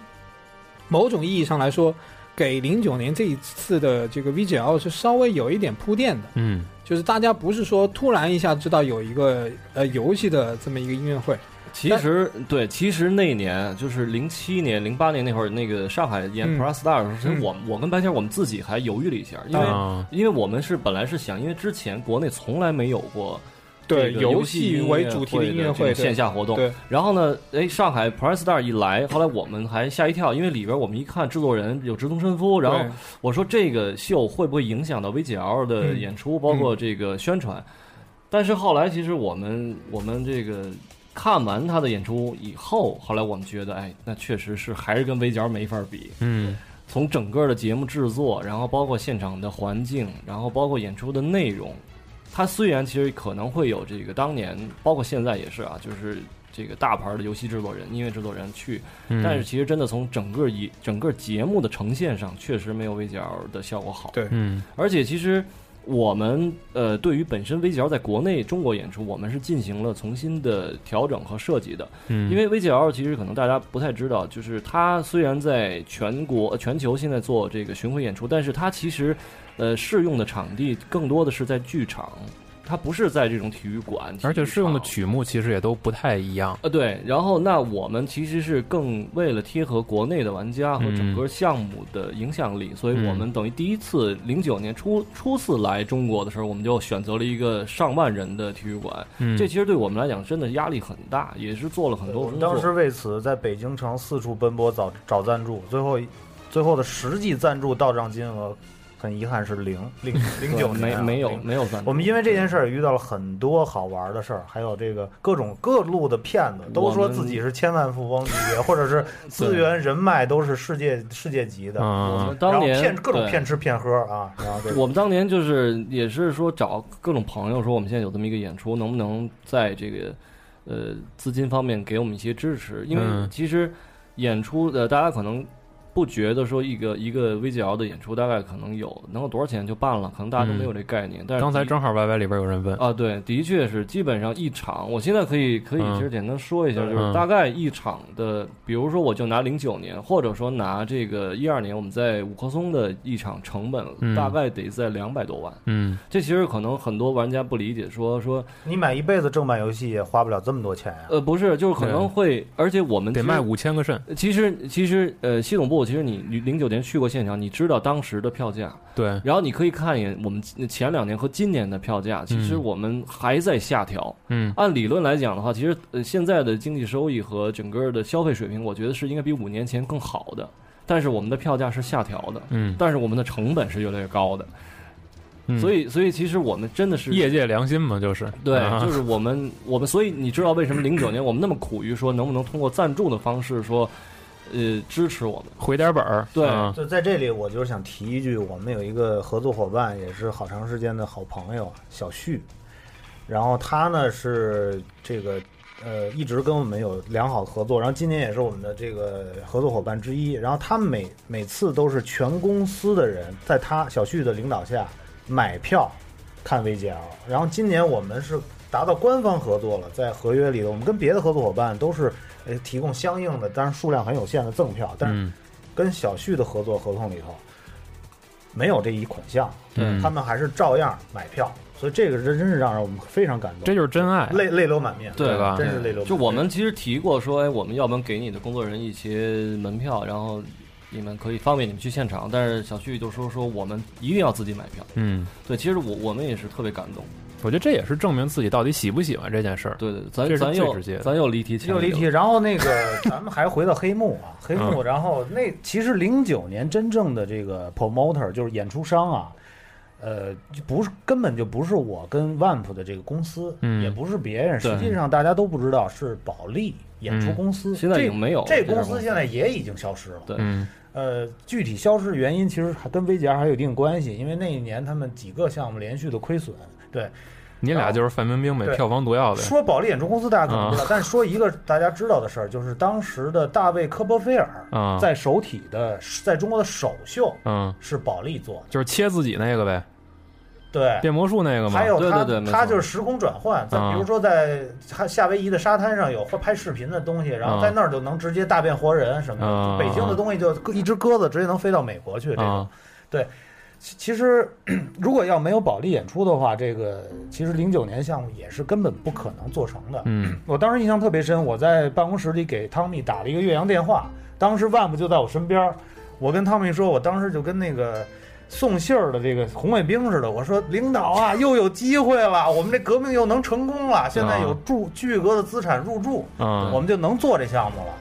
某种意义上来说，给零九年这一次的这个 VGL 是稍微有一点铺垫的，
嗯，
就是大家不是说突然一下知道有一个呃游戏的这么一个音乐会，
其实对，其实那年就是零七年、零八年那会儿，那个上海演
嗯
Pro Star 的时候，
嗯
我我跟白天我们自己还犹豫了一下，因为、
啊
因为我们是本来是想，因为之前国内从来没有过
对
这个
游
游
戏
音乐
为主题的
的
音乐
这种
会对
线下活动，
对
然后呢，哎，上海 Pro Star 一来，后来我们还吓一跳，因为里边我们一看制作人有直通身夫，然后
对
我说这个秀会不会影响到 VGL 的
嗯
演出，包括这个宣传？但是后来其实我们我们这个看完他的演出以后，后来我们觉得，哎，那确实是还是跟 VGL 没法比，
嗯
从整个的节目制作，然后包括现场的环境，然后包括演出的内容，它虽然其实可能会有这个当年，包括现在也是啊，就是这个大牌的游戏制作人、音乐制作人去，
嗯
但是其实真的从整个一整个节目的呈现上，确实没有 VGL 的效果好。
对
嗯
而且其实我们呃，对于本身 VGL 在国内中国演出，我们是进行了重新的调整和设计的。
嗯，
因为 VGL 其实可能大家不太知道，就是它虽然在全国、呃全球现在做这个巡回演出，但是它其实，呃，适用的场地更多的是在剧场，它不是在这种体育馆，
而且适用的
体育场
曲目其实也都不太一样，
呃，对，然后那我们其实是更为了贴合国内的玩家和整个项目的影响力，所以我们等于第一次零九年初初次来中国的时候，我们就选择了一个上万人的体育馆，
嗯
这其实对我们来讲真的压力很大，也是做了很多
我
工
们
作。
当时为此在北京城四处奔波找找赞助，最后最后的实际赞助到账金额，很遗憾是零零零九年
对没
啊
没有
零
没有赞助
我们因为这件事儿也遇到了很多好玩的事儿，还有这个各种各路的骗子，都说自己是千万富翁级别，或者是资源人脉都是世界世界级的，
我
啊
们，嗯当
然
年
后骗各种
对
骗吃骗喝啊，然后这
我们当年就是也是说找各种朋友说，我们现在有这么一个演出，能不能在这个呃资金方面给我们一些支持？因为
嗯
其实演出呃，大家可能不觉得说一个一个 VGL 的演出大概可能有能有多少钱就办了，可能大家都没有这概念。但
嗯
是
刚才
的
正好 YY 里边有人问，
啊，对，的确是基本上一场，我现在可以可以
嗯
其实简单说一下，就是
嗯
大概一场的，比如说我就拿零九年，或者说拿这个一二年我们在五棵松的一场成本，
嗯
大概得在两百多万。
嗯
这其实可能很多玩家不理解说，说
你买一辈子正版游戏也花不了这么多钱啊呀、
呃不是，就是可能会，而且我们
得
其实
卖。五千个肾，
其实其实呃，系统部其实你你零九年去过现场，你知道当时的票价，
对，
然后你可以看一眼我们前两年和今年的票价，其实
嗯
我们还在下调。
嗯
按理论来讲的话，其实呃现在的经济收益和整个的消费水平，我觉得是应该比五年前更好的。但是我们的票价是下调的，
嗯，
但是我们的成本是越来越高的，
嗯
所以所以其实我们真的是
业界良心嘛，就是
对，
啊
就是我们我们，所以你知道为什么零九年我们那么苦于说能不能通过赞助的方式说，呃支持我们？
回点本儿，
对
啊
就在这里，我就是想提一句，我们有一个合作伙伴，也是好长时间的好朋友啊小旭，然后他呢是这个呃一直跟我们有良好合作，然后今年也是我们的这个合作伙伴之一，然后他每每次都是全公司的人在他小旭的领导下买票看 VGL，然后今年我们是达到官方合作了，在合约里的我们跟别的合作伙伴都是呃提供相应的，当然数量很有限的赠票，但是
嗯
跟小旭的合作合同里头，没有这一款项，
嗯
他们还是照样买票，所以这个真真是让我们非常感动，
这就是真爱，
泪泪流满面，
对吧
真是泪流满面。
就我们其实提过说，哎，我们要不然给你的工作人一些门票，然后你们可以方便你们去现场。但是小旭就说说我们一定要自己买票。
嗯，
对，其实我我们也是特别感动。
我觉得这也是证明自己到底喜不喜欢这件事儿。
对对，咱
这是
咱
最
又
直接的
咱又离题，
又离题，。然后那个咱们还回到黑幕啊，黑幕，
嗯
然后那其实零九年真正的这个 promoter 就是演出商啊，呃，就不是根本就不是我跟 Vamp 的这个公司，
嗯
也不是别人，
对
实际上大家都不知道是宝丽演出公司，
现在已经没有
这
这
这公
种公
司
司
现在也已经消失了。
对
嗯
呃，具体消失原因其实还跟薇姐还有一定关系，因为那一年他们几个项目连续的亏损，对，
你俩就是范冰冰呗，
对
票房毒药呗。
说保利演出公司大家可能不知
啊
道，但是说一个大家知道的事儿，就是当时的大卫科波菲尔
啊
在首体的在中国的首秀
嗯，
是保利做的，
就是切自己那个呗，
对。
变魔术那个嘛
还。有
对
他
对对没错
他就是时空转换，在
啊
比如说在夏夏威夷的沙滩上有拍视频的东西，然后
啊
在那儿就能直接大变活人什么
啊
的。就北京的东西就一只鸽子直接能飞到美国去，这种
啊，
其其实，如果要没有保利演出的话，这个其实零九年项目也是根本不可能做成的。
嗯，
我当时印象特别深，我在办公室里给汤米打了一个岳阳电话，当时万不就在我身边儿，我跟汤米说，我当时就跟那个送信儿的这个红卫兵似的，我说领导啊，又有机会了，我们这革命又能成功了，现在有注巨额的资产入驻，
啊
我们就能做这项目了。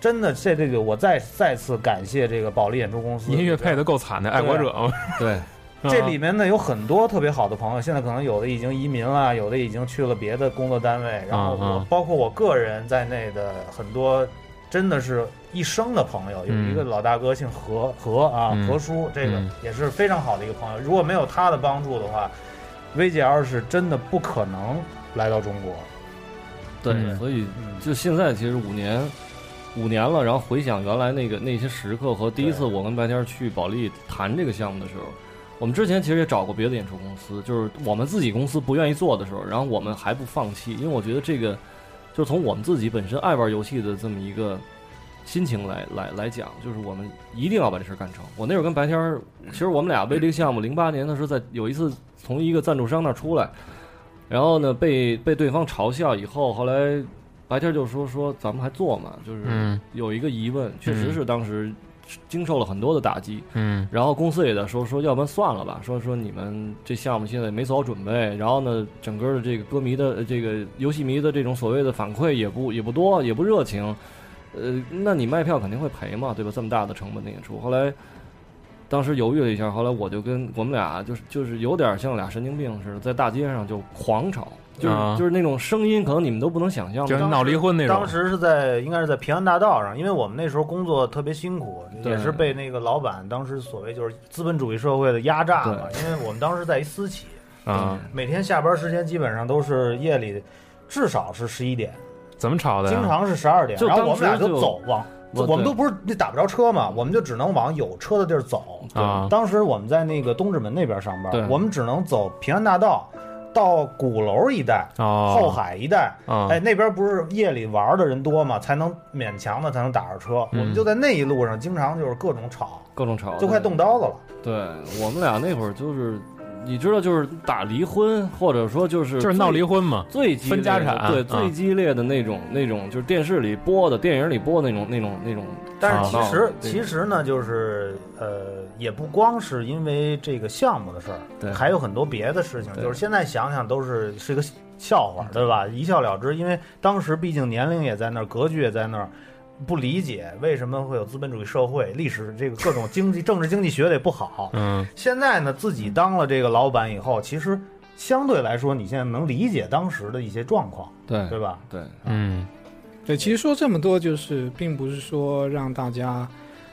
真的，这这个我再再次感谢这个保利演出公司，
音乐配的够惨的，爱国者嘛。
对，
啊
这里面呢有很多特别好的朋友，现在可能有的已经移民了，有的已经去了别的工作单位，然后
嗯
我
嗯
包括我个人在内的很多真的是一生的朋友，有
嗯
一个老大哥姓何何啊
嗯
何叔，这个
嗯
也是非常好的一个朋友。如果没有他的帮助的话，薇姐要是真的不可能来到中国。
对，
嗯
所以
嗯，
就现在其实五年。五年了，然后回想原来那个那些时刻和第一次我跟白天儿去保利谈这个项目的时候，我们之前其实也找过别的演出公司，就是我们自己公司不愿意做的时候，然后我们还不放弃，因为我觉得这个就从我们自己本身爱玩游戏的这么一个心情来来来讲，就是我们一定要把这事儿干成。我那会儿跟白天儿，其实我们俩为这个项目，零八年的时候在有一次从一个赞助商那儿出来，然后呢被被对方嘲笑以后，后来白天儿就说说咱们还做吗？就是
嗯
有一个疑问，确实是当时经受了很多的打击，
嗯
然后公司也在说说，要不然算了吧，说说你们这项目现在没做好准备，然后呢，整个的这个歌迷的呃这个游戏迷的这种所谓的反馈也不也不多，也不热情，呃，那你卖票肯定会赔嘛，对吧？这么大的成本的演出，后来当时犹豫了一下，后来我就跟我们俩就是就是有点像俩神经病似的，在大街上就狂吵，就是、
啊
就是那种声音，可能你们都不能想象
就
的。
闹离婚那种
当时是在应该是在平安大道上，因为我们那时候工作特别辛苦，
对
也是被那个老板当时所谓就是资本主义社会的压榨嘛。因为我们当时在一私企，
嗯
啊，
每天下班时间基本上都是夜里，至少是十一点，
怎么吵的呀？
经常是十二点，
啊就
然后我
当
们俩
时就
走往。
我
我们
对
都不是打不着车嘛，我们就只能往有车的地儿走。
啊
当时我们在那个东直门那边上
对
班，我们只能走平安大道到鼓楼一带、
哦
后海一带，
啊，
哎，那边不是夜里玩的人多嘛，才能勉强的才能打着车。
嗯
我们就在那一路上，经常就是各种吵，
各种吵，
就快
哦对
动刀子了。
对我们俩那会儿就是，你知道，就是打离婚，或者说就是
就是闹离
婚
婚嘛。
最激烈的
分家产
对、
嗯
啊
最激烈的那种那种，就是电视里播的、电影里播的那种那种那种。
但是其
吵
实
闹，对
其实呢，就是呃，也不光是因为这个项目的事
对
儿，还有很多别的事情。
对嗯
就是现在想想都是是一个笑话，对吧？一笑了之，因为当时毕竟年龄也在那儿，格局也在那儿。不理解为什么会有资本主义社会，历史这个各种经济、政治经济学的也不 好，
嗯
现在呢，自己当了这个老板以后，其实相对来说，你现在能理解当时的一些状况，
对
对吧？
对，
嗯
对，其实说这么多，就是并不是说让大家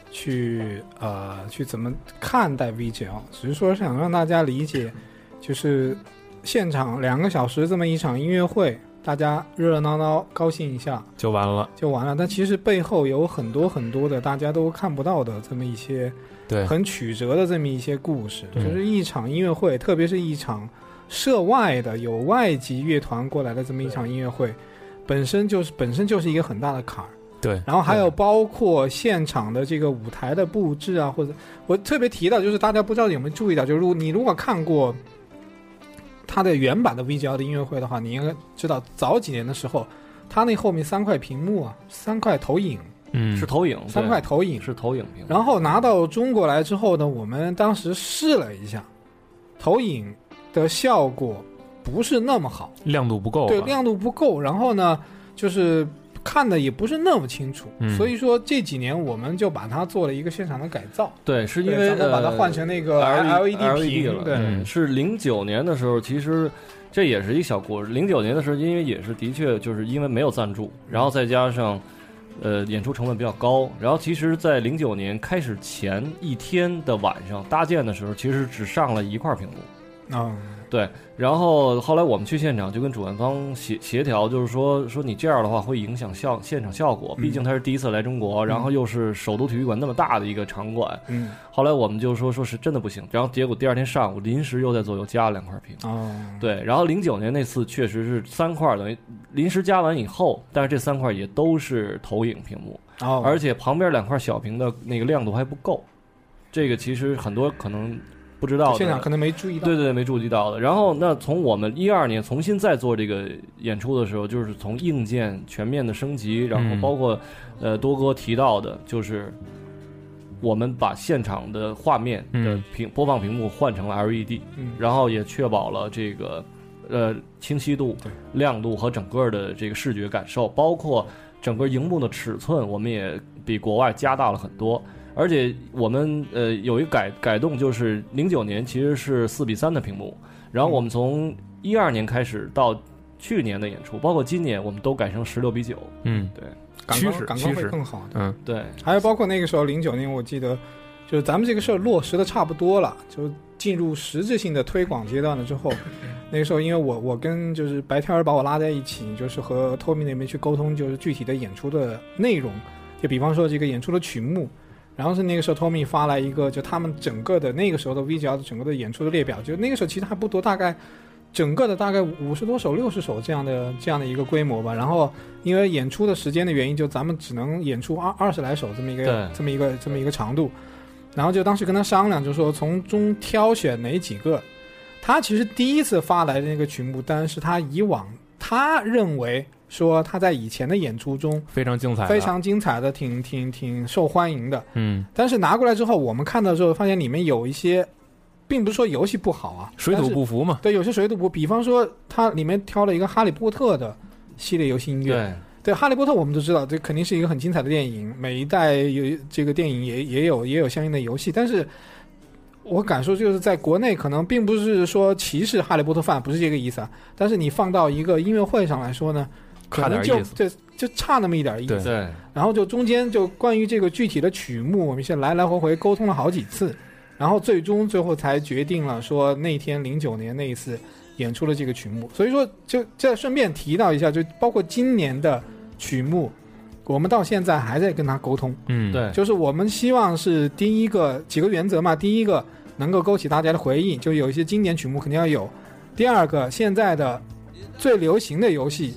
去呃去怎么看待 VGL，只是说想让大家理解，就是现场两个小时这么一场音乐会，大家热热闹闹高兴一下
就完了。
就完了。但其实背后有很多很多的大家都看不到的这么一些
对，
很曲折的这么一些故事，就
对
是一场音乐会，特别是一场涉外的有外籍乐团过来的这么一场音乐会，本身就是本身就是一个很大的坎儿。
对，
然后还有包括现场的这个舞台的布置啊，或者我特别提到，就是大家不知道有没有注意到，就是如果你如果看过他的原版的 VGL 的音乐会的话，你应该知道早几年的时候，他那后面三块屏幕啊，三块投影，
嗯，
是投影，哦对
三块投影。
是投影屏，
然后拿到中国来之后呢，我们当时试了一下，投影的效果不是那么好，
亮度不够吧，啊
对亮度不够。然后呢，就是看的也不是那么清楚，
嗯
所以说这几年我们就把它做了一个现场的改造，
对，是因
对
为
咱们把它
呃
换成那个
LED 屏
LED 屏，
E 了，
对，
嗯
是零九年的时候，其实这也是一小故事。零九年的时候，因为也是的确就是因为没有赞助，然后再加上呃演出成本比较高，然后其实，在零九年开始前一天的晚上搭建的时候，其实只上了一块屏幕。
嗯，
然后后来我们去现场，就跟主办方协协调，就是说说你这样的话会影响效现场效果，
嗯
毕竟他是第一次来中国，然后又是首都体育馆那么大的一个场馆，
嗯，
后来我们就说说是真的不行，然后结果第二天上午临时又在左右加了两块屏。
哦，
对，然后零九年那次确实是三块，等于临时加完以后，但是这三块也都是投影屏幕，
哦，
而且旁边两块小屏的那个亮度还不够，这个其实很多可能不知道的，
现场可能没注意到，
对对对没注意到的。然后那从我们一二年重新再做这个演出的时候，就是从硬件全面的升级，然后
嗯
包括、呃多哥提到的，就是我们把现场的画面的
嗯
屏、播放屏幕换成了 E LED，
嗯，
然后也确保了这个呃清晰度、亮度和整个的这个视觉感受，包括整个荧幕的尺寸，我们也比国外加大了很多。而且我们呃有一改改动，就是零九年其实是四比三的屏幕，然后我们从一二年开始到去年的演出，包括今年，我们都改成十六比九。
嗯，
感
趋
光
势
感光
趋
会
势
更好，
嗯
对，
还有包括那个时候零九年，我记得就是咱们这个事儿落实的差不多了，就进入实质性的推广阶段了之后，那个时候因为我我跟就是白天儿把我拉在一起，就是和 Tommy 那边去沟通，就是具体的演出的内容，就比方说这个演出的曲目。然后是那个时候，Tommy 发来一个，就他们整个的那个时候的 VGL 的整个的演出的列表，就那个时候其实还不多，大概整个的大概五十多首、六十首这样的这样的一个规模吧。然后因为演出的时间的原因，就咱们只能演出二二十来首这么一个
对
这么一个这么一个长度。然后就当时跟他商量，就说从中挑选哪几个。他其实第一次发来的那个曲目单是他以往他认为说他在以前的演出中
非常精彩的，
非常精彩的、挺挺挺受欢迎的。
嗯，
但是拿过来之后，我们看到之后发现里面有一些，并不是说游戏不好啊，
水
但
土
是
不服嘛，
对，有些水土不，比方说它里面挑了一个《哈利波特》的系列游戏音乐，
对，
对《哈利波特》，我们都知道，这肯定是一个很精彩的电影。每一代有这个电影也也有也有相应的游戏，但是我感受就是在国内可能并不是说歧视《哈利波特》范，不是这个意思啊。但是你放到一个音乐会上来说呢，可
差
能
点
就
意思，
对就差那么一点意思。
对，
然后就中间就关于这个具体的曲目，我们先来来回回沟通了好几次，然后最终最后才决定了说那天零九年那一次演出的这个曲目。所以说就再顺便提到一下，就包括今年的曲目，我们到现在还在跟他沟通，
嗯，
对，
就是我们希望是第一个几个原则嘛，第一个能够勾起大家的回忆，就有一些经典曲目肯定要有；第二个，现在的最流行的游戏、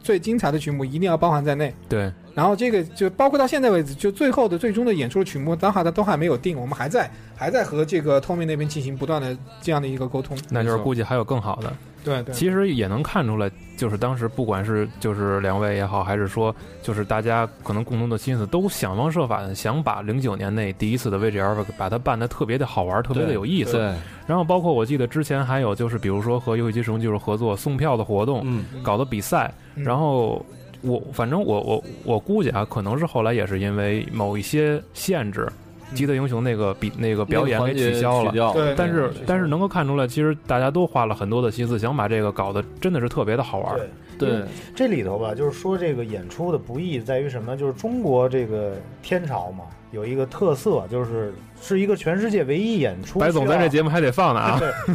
最精彩的曲目一定要包含在内。
对，
然后这个就包括到现在为止，就最后的最终的演出的曲目，当还都还没有定，我们还在还在和这个 Tommy 那边进行不断的这样的一个沟通。
那就是估计还有更好的。
对对，
其实也能看出来，就是当时不管是就是两位也好，还是说就是大家可能共同的心思，都想方设法的想把零九年那第一次的 VGL 把它办得特别的好玩，特别的有意思。
对，
然后包括我记得之前还有就是比如说和游戏机使用技术合作送票的活动，
嗯，
搞的比赛，
嗯
然后。我反正我我我估计啊，可能是后来也是因为某一些限制，《
嗯
基德英雄》那个比那个表演给取消了
取，消
对
但是
对
但是能够看出来，其实大家都花了很多的心思，想把这个搞得真的是特别的好玩儿。
对
对
这里头吧，就是说这个演出的不易在于什么？就是中国这个天朝嘛，有一个特色，就是是一个全世界唯一演出需要。
白总咱这节目还得放呢 啊！嗯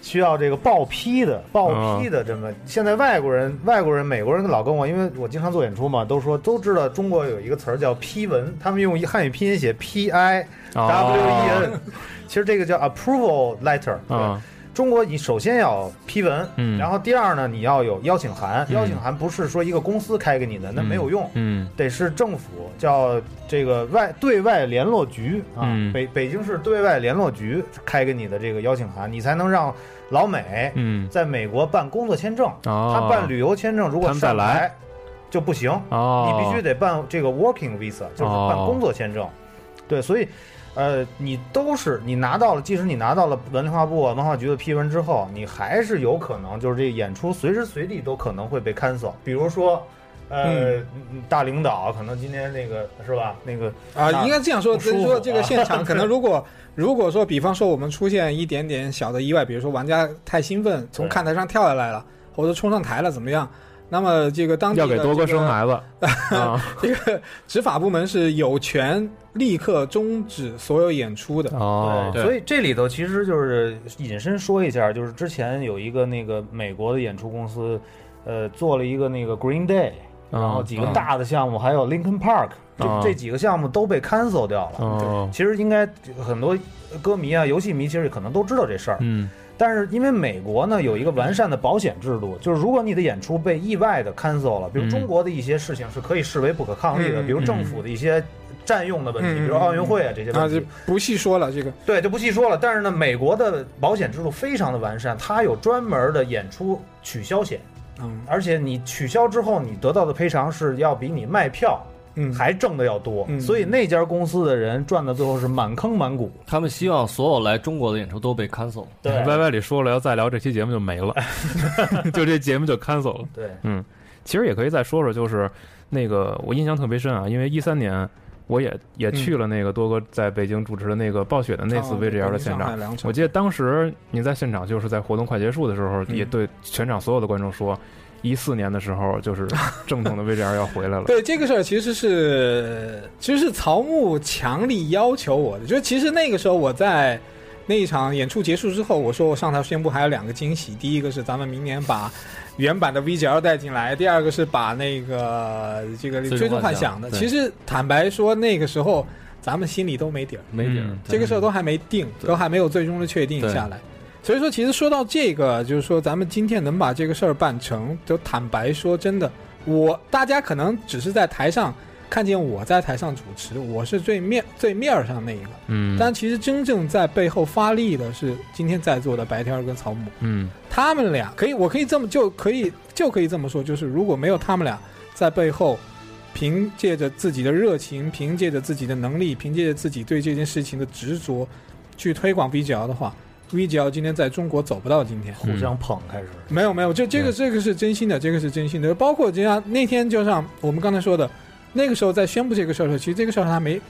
需要这个报批的，报批的这么。现在外国人、外国人、美国人老跟我，因为我经常做演出嘛，都说都知道中国有一个词儿叫批文，他们用汉语拼音写 P I W E
哦
N，、其实这个叫 approval letter 对。
嗯，
中国你首先要批文，
嗯
然后第二呢，你要有邀请函，
嗯
邀请函不是说一个公司开给你的，那没有用，
嗯
得是政府叫这个外对外联络局啊，
嗯
北北京市对外联络局开给你的这个邀请函，你才能让老美
嗯，
在美国办工作签证。
哦，
他办旅游签证如果
他们再
上
来
来就不行，
哦，
你必须得办这个 working visa，就是办
哦
工作签证。对，所以，呃，你都是你拿到了，即使你拿到了文化部啊、文化局的批文之后，你还是有可能就是这个演出随时随地都可能会被 cancel。比如说，呃，
嗯
大领导可能今天那个是吧？那个
啊，
那
应该这样说，
不舒
就
服
是说这个
啊
现 场可能如果如果说，比方说我们出现一点点小的意外，比如说玩家太兴奋从
对
看台上跳下来了，或者冲上台了，怎么样？那么这个当地
要
的
给多哥
这个
生 孩子啊
这个执法部门是有权立刻终止所有演出的。
哦，
呃对，所以这里头其实就是引申说一下，就是之前有一个那个美国的演出公司，呃，做了一个那个 Green Day，
嗯
然
啊
后几个大的项目，还有 Linkin Park，
嗯
这这几个项目都被 cancel 掉
啊
了。
哦，
其实应该很多歌迷啊、游戏迷其实可能都知道这事儿，
嗯
但是因为美国呢有一个完善的保险制度，就是如果你的演出被意外的 cancel 了，比如
嗯
中国的一些事情是可以视为不可抗力的，
嗯
比如政府的一些占用的问题，
嗯
比如奥运会啊这些
啊，
问题
就，不细说了，这个
对，就不细说了。但是呢，美国的保险制度非常的完善，它有专门的演出取消险，
嗯
而且你取消之后，你得到的赔偿是要比你卖票
嗯，
还挣的要多。
嗯
所以那家公司的人赚的最后是满坑满谷。
他们希望所有来中国的演出都被 cancel。
对
歪歪里说了，要再聊这期节目就没 了，就这节目就 cancel 了。
对，
其实也可以再说说，就是那个我印象特别深啊，因为一三年我也也去了那个多哥在北京主持的那个暴雪的那次
哦
VGL 的现场，
场，
我记得当时你在现场就是在活动快结束的时候，
嗯
也对全场所有的观众说，一四年的时候就是正统的 VGL 要回来了。
对这个事儿，其实是其实是曹木强力要求我的，就是其实那个时候我在那一场演出结束之后，我说我上台宣布还有两个惊喜，第一个是咱们明年把原版的 VGL 带进来，第二个是把那个这个
最终
最终
幻
幻想的。
想
其实坦白说，那个时候咱们心里都没底儿。
没底儿
嗯，
这个事儿都还没定，
对
都还没有最终的确定下来。所以说，其实说到这个，就是说咱们今天能把这个事儿办成，就坦白说，真的，我大家可能只是在台上看见我在台上主持，我是最面最面儿上那一个，
嗯，
但其实真正在背后发力的是今天在座的白天儿跟曹母，
嗯
他们俩可以，我可以这么就可以就可以这么说，就是如果没有他们俩在背后，凭借着自己的热情，凭借着自己的能力，凭借着自己对这件事情的执着，去推广 VGL 的话，VGL 今天在中国走不到今天。
互相捧开始。
没有没有，这这个这个是真心的，这个是真心的。包括就像那天，就像我们刚才说的，那个时候在宣布这个事儿的时候，其实这个事儿还没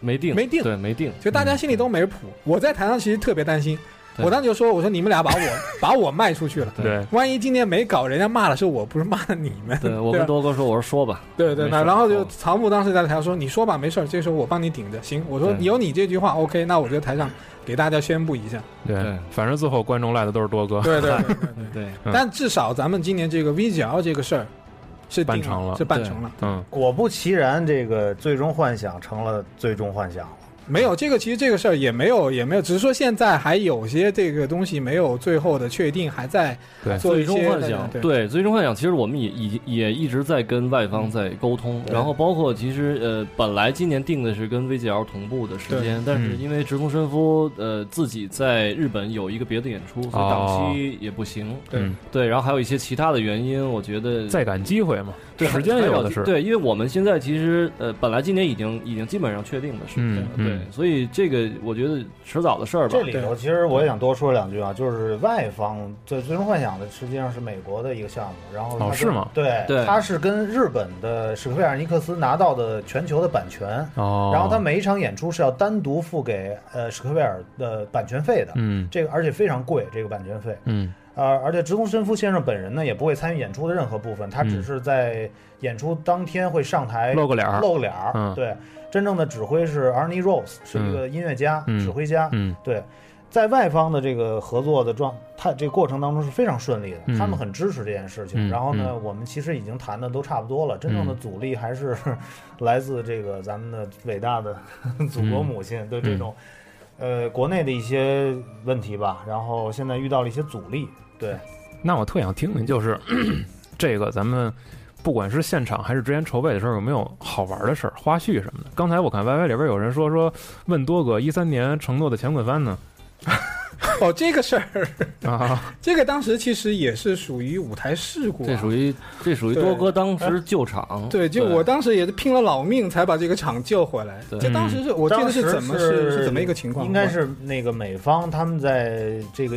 没定，
没定
对，没定。
就大家心里都没谱。我在台上其实特别担心，
对
我当时就说：“我说你们俩把我把我卖出去了，
对，
万一今天没搞，人家骂的是我，不是骂的你们。
对我
对
跟
啊
多哥说，我说说吧，
对对
没事
那然后就
哦
曹木当时在台上说：“你说吧，没事儿，这时候我帮你顶着。”行，我说
对
有你这句话，OK，那我就台上给大家宣布一下。
对
对，
反正最后观众赖的都是多哥。
对对对，
对，
嗯
但至少咱们今年这个 VGL 这个事儿是定
办成了
是办成了。
嗯
果不其然，这个最终幻想成了最终幻想了。
没有这个，其实这个事儿也没有也没有，只是说现在还有些这个东西没有最后的确定，还在
对
做一
最
些
终幻想，
对
对，最终幻想，其实我们也也也一直在跟外方在沟通，
嗯
然后包括其实呃，本来今年定的是跟 VGL 同步的时间，但是
嗯
因为直通神夫呃自己在日本有一个别的演出，所以
哦
档期也不行，
对
嗯，
对，然后还有一些其他的原因，我觉得
再赶机会嘛，
对
时间
还
有的是。
对，因为我们现在其实呃，本来今年已经已经基本上确定的事情了，
嗯
对，
嗯
所以这个我觉得迟早的事儿吧
这。里头其实我也想多说两句啊，就是外方最最终幻想的实际上是美国的一个项目，然后它
哦
跟
是吗
对，
对
它是跟日本的史克威尔尼克斯拿到的全球的版权，
哦，
然后它每一场演出是要单独付给呃史克威尔的版权费的，
嗯
这个而且非常贵，这个版权费，
嗯
呃，而且直通申夫先生本人呢也不会参与演出的任何部分，他只
嗯
是在演出当天会上台
露个脸儿
露个脸儿，
嗯
对，真正的指挥是 Arnie Rose，是一
嗯
个音乐家、
嗯
指挥家，
嗯
对，在外方的这个合作的状，态，这个过程当中是非常顺利的，
嗯
他们很支持这件事情。
嗯
然后呢，我们其实已经谈的都差不多了，真正的阻力还
嗯
是来自这个咱们的伟大的祖国母亲对这种呃国内的一些问题吧，然后现在遇到了一些阻力，对，
那我特想听听，就是 这个咱们不管是现场还是之前筹备的时候，有没有好玩的事儿、花絮什么的？刚才我看 YY 里边有人说说问多哥一三年承诺的钱滚翻 呢
哦，这个事儿，
啊，
这个当时其实也是属于舞台事故啊、啊
这属于这属于多哥当时救场，
对，就我当时也是拼了老命才把这个场救回来。
对
这当时是我记得
当时
是怎么
是
是是怎么一个情况？
应该是那个美方他们在这个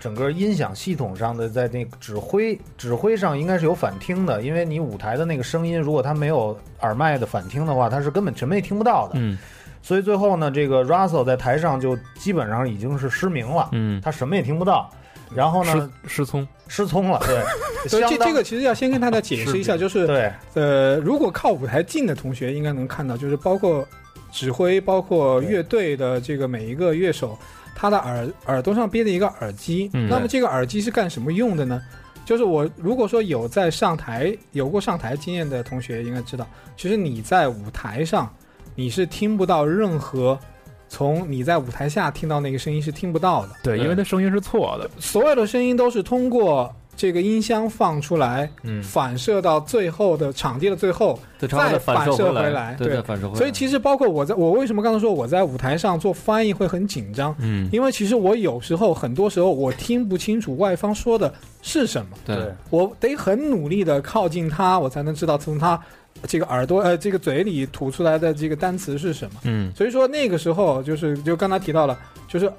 整个音响系统上的，在那个指挥指挥上应该是有反听的，因为你舞台的那个声音，如果它没有耳麦的反听的话，它是根本什么也听不到的。
嗯
所以最后呢，这个 Russell 在台上就基本上已经是失明了，
嗯，
他什么也听不到，然后呢
失失聪，
失聪了， 对，
所以
相
这
当
这个其实要先跟大家解释一下，就是
对
呃，如果靠舞台近的同学应该能看到，就是包括指挥、包括乐队的这个每一个乐手，他的耳耳朵上憋着一个耳机。
嗯
那么这个耳机是干什么用的呢？就是我如果说有在上台有过上台经验的同学应该知道，其实你在舞台上你是听不到任何从你在舞台下听到那个声音是听不到的。
对，因为他声音是错的，
所有的声音都是通过这个音箱放出来，
嗯
反射到最后的场地的最后，
对，他
再
反
射
射
回来
来，对，
对
再反射回来。
所以其实包括我在我为什么刚才说我在舞台上做翻译会很紧张，
嗯，
因为其实我有时候很多时候我听不清楚外方说的是什么，
对
对
我得很努力的靠近他，我才能知道从他这个耳朵呃这个嘴里吐出来的这个单词是什么。
嗯
所以说那个时候就是就刚才提到了，就是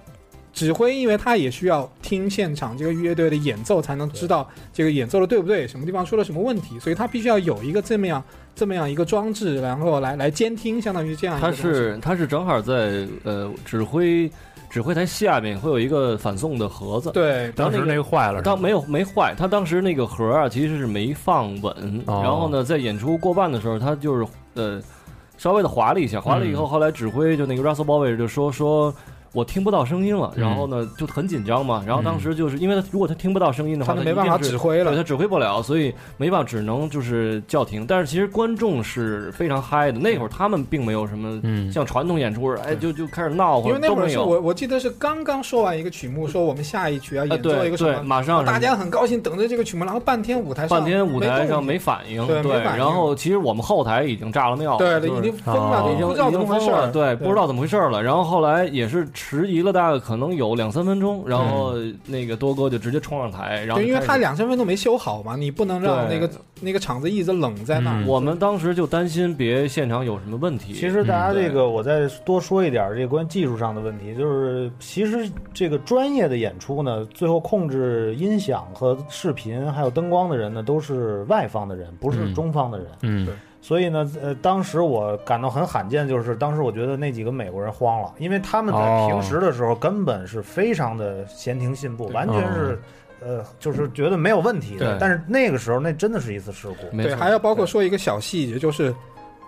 指挥，因为他也需要听现场这个乐队的演奏，才能知道这个演奏的对不对，什么地方出了什么问题，所以他必须要有一个这么样这么样一个装置，然后来来监听，相当于这样一个
他
东西。
是他是正好在呃指挥指挥台下面会有一个反送的盒子，
对
当时那个坏了，
当没有没坏，他当时那个盒啊其实是没放稳，
哦
然后呢，在演出过半的时候，他就是呃稍微的滑了一下，滑了以
嗯
后，后来指挥就那个 Russell b o w e r 就说说。我听不到声音了，
嗯
然后呢就很紧张嘛，然后当时就是因为他如果他听不到声音的话，
他就
他
没办法
一定是
指挥了
对他指挥不了，所以没办法，只能就是叫停。但是其实观众是非常嗨的，那会儿他们并没有什么
嗯
像传统演出似的，哎就就开始闹或
因
者
为那
都
会儿
没
是
有，
我我记得是刚刚说完一个曲目，说我们下一曲要
哎
演奏一
对
个什
对，
么，
马上
大家很高兴等着这个曲目，然后半天舞台上
半天舞台上
没
没反应，
对没反应
然后其实我们后台已经炸了尿
动静
了，
对
就是
已经疯了，
哦
已经不
已
知道
经
怎么回
疯
事
了，
儿，
对，不知道怎么回事儿了。然后后来也是迟疑了大概可能有两三分钟，然后那个多哥就直接冲上台，然后
对，因为
就
他
开始
两三分钟没修好嘛，你不能让
对
那个那个场子一直冷在那儿。
嗯
我们当时就担心别现场有什么问题。
其实大家
嗯对
这个，我再多说一点儿这关于技术上的问题，就是其实这个专业的演出呢，最后控制音响和视频还有灯光的人呢，都是外方的人，不是
嗯
中方的人。
嗯
所以呢，呃，当时我感到很罕见，就是当时我觉得那几个美国人慌了，因为他们在
哦
平时的时候根本是非常的闲庭信步，完全是。呃，就是觉得没有问题的
嗯对，
但是那个时候那真的是一次事故。
没
对，
错
还要包括说一个小细节，就是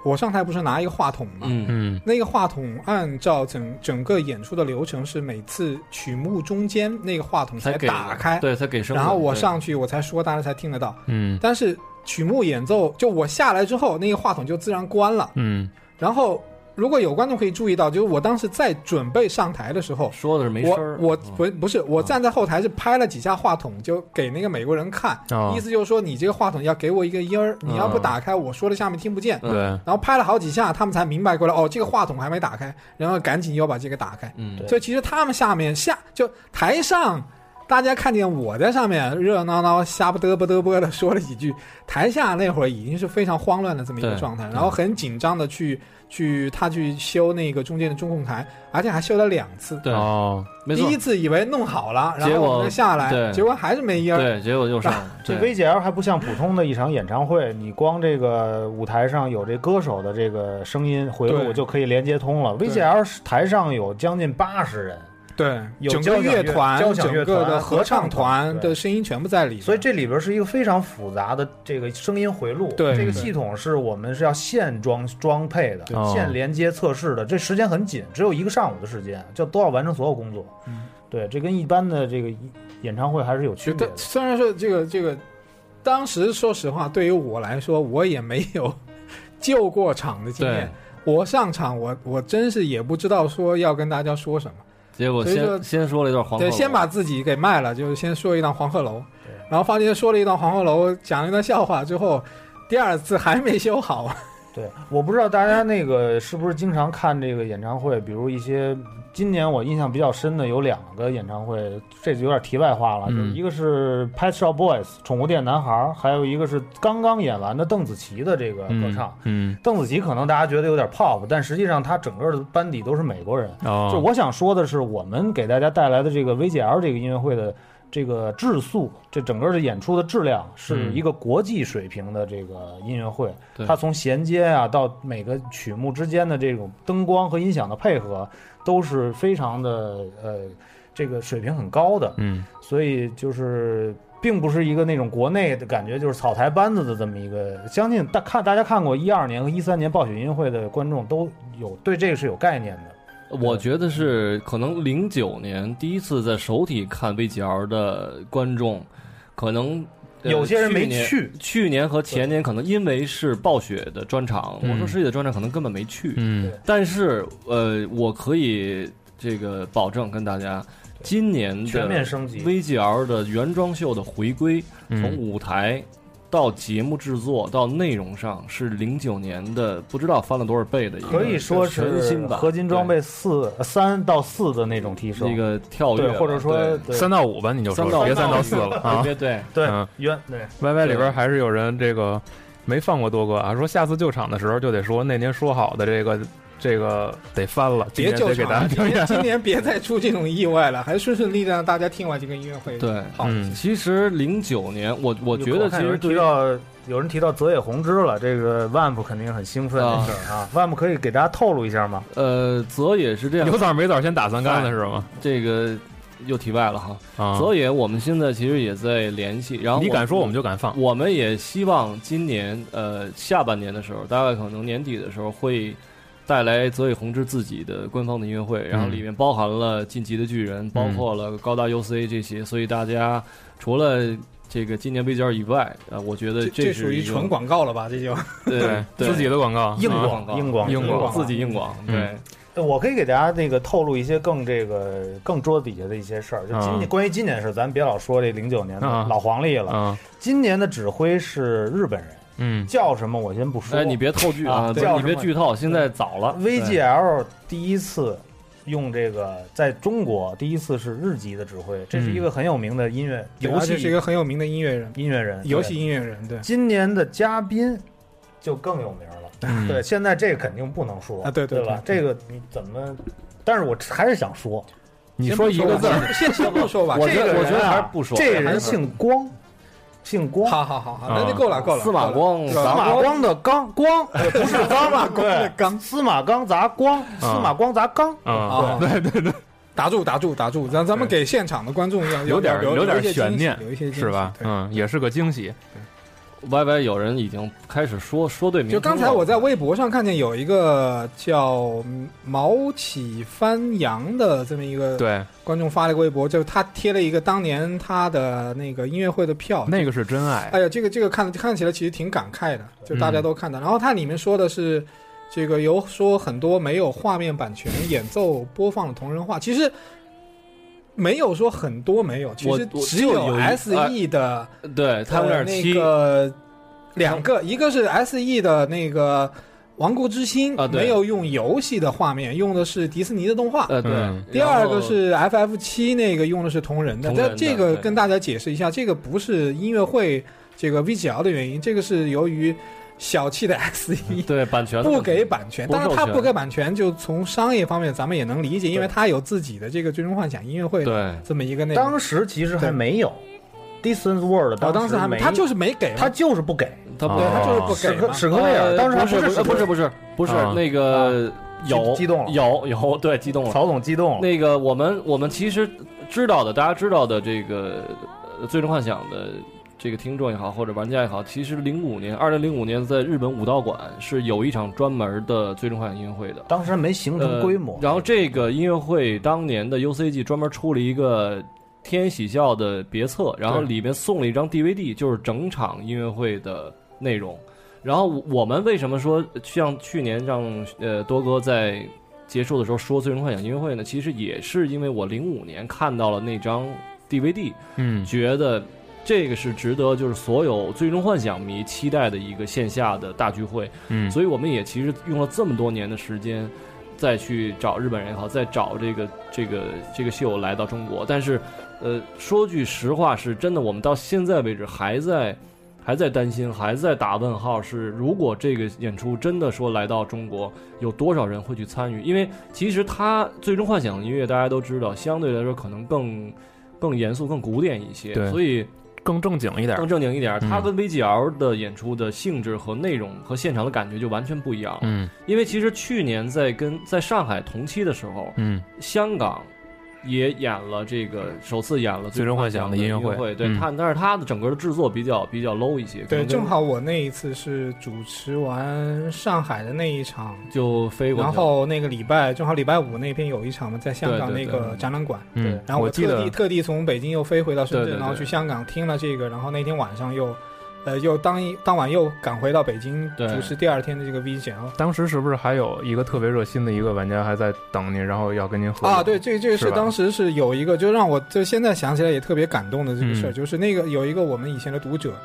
我上台不是拿一个话筒嘛，
嗯
嗯
那个话筒按照整整个演出的流程是每次曲目中间那个话筒
才给
打开，
对，才给声音，
然后我
对
上去我才说，大家才听得到。
嗯
但是曲目演奏就我下来之后，那个话筒就自然关了。
嗯
然后如果有观众可以注意到，就是我当时在准备上台的时候，
说的是没声
我
儿，
我
嗯
不不是我站在后台是拍了几下话筒，就给那个美国人看，
啊
哦
意思就是说你这个话筒要给我一个音儿，你要
嗯
不打开，我说的下面听不见。
对
然后拍了好几下，他们才明白过来，哦，这个话筒还没打开，然后赶紧又把这个打开。
嗯
对
所以其实他们下面下就台上，大家看见我在上面热热闹闹、瞎不嘚不嘚啵的说了几句，台下那会儿已经是非常慌乱的这么一个
对
状态，然后很紧张的去去他去修那个中间的中控台，而且还修了两次。
对，
哦，
没
第
错
一，次以为弄好了，然
结
后
果
我们下来，
对
结果还是没音儿。
对，结果就上 了，
这
对
VGL 还不像普通的一场演唱会，你光这个舞台上有这歌手的这个声音回
对
路就可以连接通了。
对
VGL 是台上有将近八十人，
对，
有
整个
交响乐
团、
交响
整
乐
个
团
的
合
合唱
唱团
团
对
的声音全部在里面，
所以这里边是一个非常复杂的这个声音回路。
对
这个
对
系统是我们是要现装装配的
对，
现
哦
连接测试的，这时间很紧，只有一个上午的时间，就都要完成所有工作。
嗯
对，这跟一般的这个演唱会还是有区
觉
别
得
的。
虽然说这个这个，当时说实话，对于我来说，我也没有救过场的经
对
验。我上场我，我真是也不知道说要跟大家说什么。
结果
所以
先
说
先说了一段黄鹤
对，
楼，
先把自己给卖了，就是先说一档黄鹤楼，然后方杰说了一档黄鹤楼，讲了一段笑话之后，第二次还没修好，
对，我不知道大家那个是不是经常看这个演唱会，比如一些今年我印象比较深的有两个演唱会，这就有点题外话了，就是
嗯
一个是 Pet Shop Boys 宠物店男孩，还有一个是刚刚演完的邓紫棋的这个歌唱。
嗯，
邓紫棋可能大家觉得有点 pop，但实际上她整个的班底都是美国人。
哦，
就我想说的是，我们给大家带来的这个 VGL 这个音乐会的这个质素，这整个的演出的质量是一个国际水平的这个音乐会。
对
它从衔接啊到每个曲目之间的这种灯光和音响的配合，都是非常的呃这个水平很高的。
嗯，
所以就是并不是一个那种国内的感觉，就是草台班子的这么一个。相信大看大家看过一二年和一三年暴雪音乐会的观众都有对这个是有概念的。
我觉得是可能零九年第一次在首体看 VGR 的观众，可能。呃
有些人没
去年
去
去年和前年可能因为是暴雪的专场，
嗯
魔兽世界的专场可能根本没去。
嗯
但是呃，我可以这个保证跟大家，今年的
全面升级
VGL 的原装秀的回归，
嗯
从舞台到节目制作到内容上，是零九年的不知道翻了多少倍的一个
可以说
全
是
新版
合金装备四三到四的那种提升，
那个跳跃
对
吧，，
或者说
对
对
三到五吧，你就说
三到
别
五
三到四了啊。
别对，
对
嗯
原对
Y Y 里边还是有人这个没放过多哥啊，说下次救场的时候就得说那年说好的这个这个得翻了，今
别
年
救
得给
场
大家
了，
表
今年
演。
今年别再出这种意外了，还顺顺利利让大家听完这个音乐会。
对
好，
嗯
其实零九年，我我觉
我
得其
看有
实
人提
对于
到有人提到泽野弘之了，这个 Vamp 肯定很兴奋
啊
这事儿啊，Vamp 可以给大家透露一下吗？
呃泽野是这样
有，枣没枣先打三杆的是吗？
这个又题外了哈。
啊，
泽野我们现在其实也在联系，然后
你敢说我们
就。
就敢放。
我们也希望今年呃下半年的时候，大概可能年底的时候会带来泽野弘之自己的官方的音乐
嗯
会，然后里面包含了《晋级的巨人》，包括了高达 UC 这些，所以大家除了。这个今年 VGR 以外，呃，我觉得
这这
是
属于
一个
纯广告了吧？这就
对
自己的广告，
硬
啊
广硬广
硬广
自己硬广，对
嗯，
呃我可以给大家那个透露一些更这个更桌子底下的一些事儿，就今
啊
年关于今年的事儿，咱别老说这零九年的
啊
老黄历了。
啊，
今年的指挥是日本人，
嗯
叫什么我先不说。
哎，你别透剧
啊
啊，不是
叫
你别
什么嗯
剧透，现在早了。对
VGL 第一次用这个在中国第一次是日籍的指挥，这是一个很有名的音乐游
嗯而且是一
戏
个很有名的音乐人，
音乐人。
游
对
戏音乐人，对
今年的嘉宾就更有名了。
嗯
对，现在这个肯定不能说
啊对对
对吧？这个你怎么？但是我还是想说，
你说一个字儿，
儿， 先先不说吧。
我
这
觉
个
得
人
我觉得
啊
还是不说，
这
还
人啊
是
姓光，姓光，
好好好好，那
啊
就够了够了。
司马
够了，
光，
司
司
咱
马
们
光的刚光，呃不是刚，司马
光啊的刚
司马刚砸光，司马光砸缸。
啊，
啊
对对对，
打住打住打住，咱咱们给现场的观众要
有点
要留
有点
留一些惊
悬
喜
念
留一些，惊喜
是吧？
对
嗯，也是个惊喜。
Y Y 有人已经开始说说对名称
就
了，
刚才我在微博上看见有一个叫毛启帆扬的这么一个
对，
观众发了个微博，就是他贴了一个当年他的那个音乐会的票。
那个是真爱
哎呀，这个这个看看起来其实挺感慨的，
嗯
就大家都看到。然后它里面说的是，这个有说很多没有画面版权演奏播放的同人化，其实没有说很多没有，其实
我
只
我有一呃
S E 的
对他们
呃
七
那个两个，一个是 S E 的那个《王国之心》
啊对
没有用游戏的画面，用的是迪士尼的动画。
呃，对。
嗯
第
然
二
后
个是 F F 七那个用的是同人的，
同人
但
的
这个
对
跟大家解释一下，这个不是音乐会这个 V G L 的原因，这个是由于小 气的 S E
对版权的
不
问题啊
给版权，
不授
当
权
然他不给版权，就从商业方面咱们也能理解，因为他有自己的这个《最终幻想》音乐会的
对
这么一个那个，
当时其实还没有，Distance World
我哦当时还
没，
他就是没给嘛，
他就是不给，
他不
对
他就是不
史
给
克
嘛。
史克威尔
呃
当时还
不是
是史克
呃不
威
是
尔
不是不是
啊
那个有
激激动了
有有对激动了。
曹总激动了，
那个我们我们其实知道的，大家知道的这个呃《最终幻想》的这个听众也好，或者玩家也好，其实零五年，二零零五年在日本武道馆是有一场专门的《最终幻想》音乐会的。
当时还没形成
呃
规模。
然后这个音乐会当年的 UCG 专门出了一个天喜笑的别册，然后里面送了一张 DVD，就是整场音乐会的内容。然后我我们为什么说像去年让呃多哥在结束的时候说《最终幻想》音乐会呢，其实也是因为我零五年看到了那张 DVD，
嗯
觉得这个是值得就是所有《最终幻想》迷期待的一个线下的大聚会。
嗯，
所以我们也其实用了这么多年的时间，再去找日本人也好，再找这个这个这个秀来到中国。但是，呃，说句实话，是真的，我们到现在为止还在还在担心，还在打问号，是如果这个演出真的说来到中国，有多少人会去参与？因为其实它最终幻想的音乐大家都知道，相对来说可能更更严肃、更古典一些，
对
所以。
更正经一点
更。正经一点儿，
嗯
它跟 VGL 的演出的性质和内容和现场的感觉就完全不一样。
嗯
因为其实去年在跟在上海同期的时候，
嗯
香港也演了这个首次演了
最终幻想
的
的音乐
乐
会
对
嗯
它，但是它的整个的制作比较比较 low 一些，可
对，
能跟
正好我那一次是主持完上海的那一场，
就飞过去了。
然后那个礼拜正好礼拜五那边有一场嘛，在香港
对
那
对
个展览馆。
嗯，
然后
我
我
记
特地
得
特地从北京又飞回到深圳，
对对对
然后去香港听了这个，然后那天晚上又，呃，又当一当晚又赶回到北京
对
主持第二天的这个 VGL
当时是不是还有一个特别热心的一个玩家还在等您，然后要跟您合
啊，
影
对，这个这个
是
是
吧
当时是有一个，就让我就现在想起来也特别感动的这个事儿，
嗯
就是那个有一个我们以前的读者，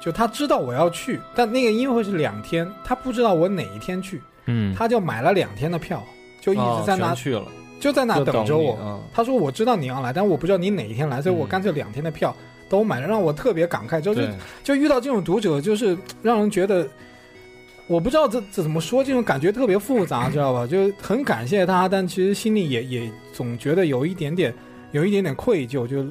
就他知道我要去，但那个音乐会是两天，他不知道我哪一天去，
嗯，
他就买了两天的票，就一
哦
直在那、
全去了，
就在那
就
等着我。
你啊
他说我知道你要来，但我不知道你哪一天来，所以我
嗯
干脆两天的票都买了，让我特别感慨。就是
对，
就遇到这种读者，就是让人觉得，我不知道这这怎么说，这种感觉特别复杂，知道吧？就很感谢他，但其实心里也也总觉得有一点点，有一点点愧疚，就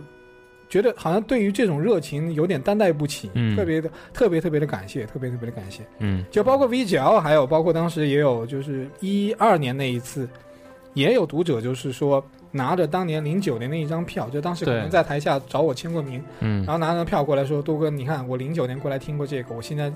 觉得好像对于这种热情有点担待不起，
嗯
特别的特别特别的感谢，特别特别的感谢。
嗯
就包括 VGL，还有包括当时也有，就是一二年那一次，也有读者就是说拿着当年零九年那一张票，就当时可能
对
在台下找我签过名，
嗯
然后拿着票过来说：“杜哥，你看我零九年过来听过这个，我现在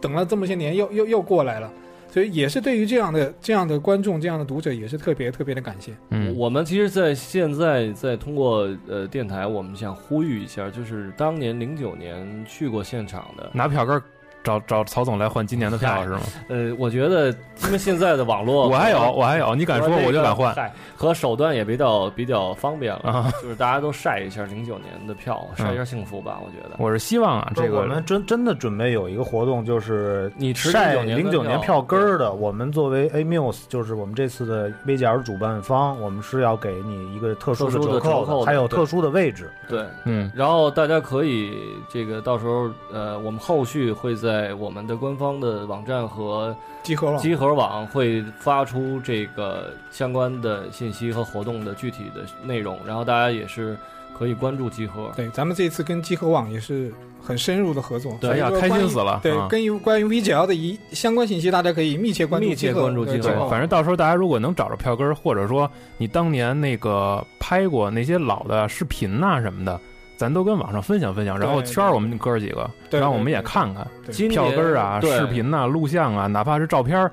等了这么些年又，又又过来了。”所以也是对于这样的这样的观众、这样的读者，也是特别特别的感谢。
嗯，
我们其实，在现在在通过呃电台，我们想呼吁一下，就是当年零九年去过现场的，
拿票根儿找找曹总来换今年的票
嗨
是吗？
呃，我觉得因为现在的网络，
我还有，我还有，你敢说我就敢换
嗨，和手段也比较比较方便了，
啊！嗯
就是大家都晒一下零九年的票，晒一下幸福吧，我觉得。
我是希望啊，
这
这
个
个
我们真真的准备有一个活动，就是
你持
晒
09年的
零九年
票
票根儿的。我们作为 A Muse，就是我们这次的 VGL 主办方，我们是要给你一个特殊
特殊
折
的折扣
的，
的
还有
对
特殊的位置。
对，
嗯
然后大家可以这个到时候呃，我们后续会在我们的官方的网站和
集合了，
集合网会发出这个相关的信息和活动的具体的内容，然后大家也是可以关注集合。
对，咱们这次跟集合网也是很深入的合作。
对
哎呀，
所以
开
说关于
心死了！
对，
啊
跟于关于 VGL 的一相关信息，大家可以密切关注
密切
集合
关注
对
集合
集合
对，
网
反正到时候大家如果能找着票根儿，或者说你当年那个拍过那些老的视频呐、什么的，咱都跟网上分享分享，然后
对
圈儿我们哥儿几个，
对
让我们也
对
看看
对
今年
票根儿啊、
对
视频呐、录像啊，哪怕是照片儿，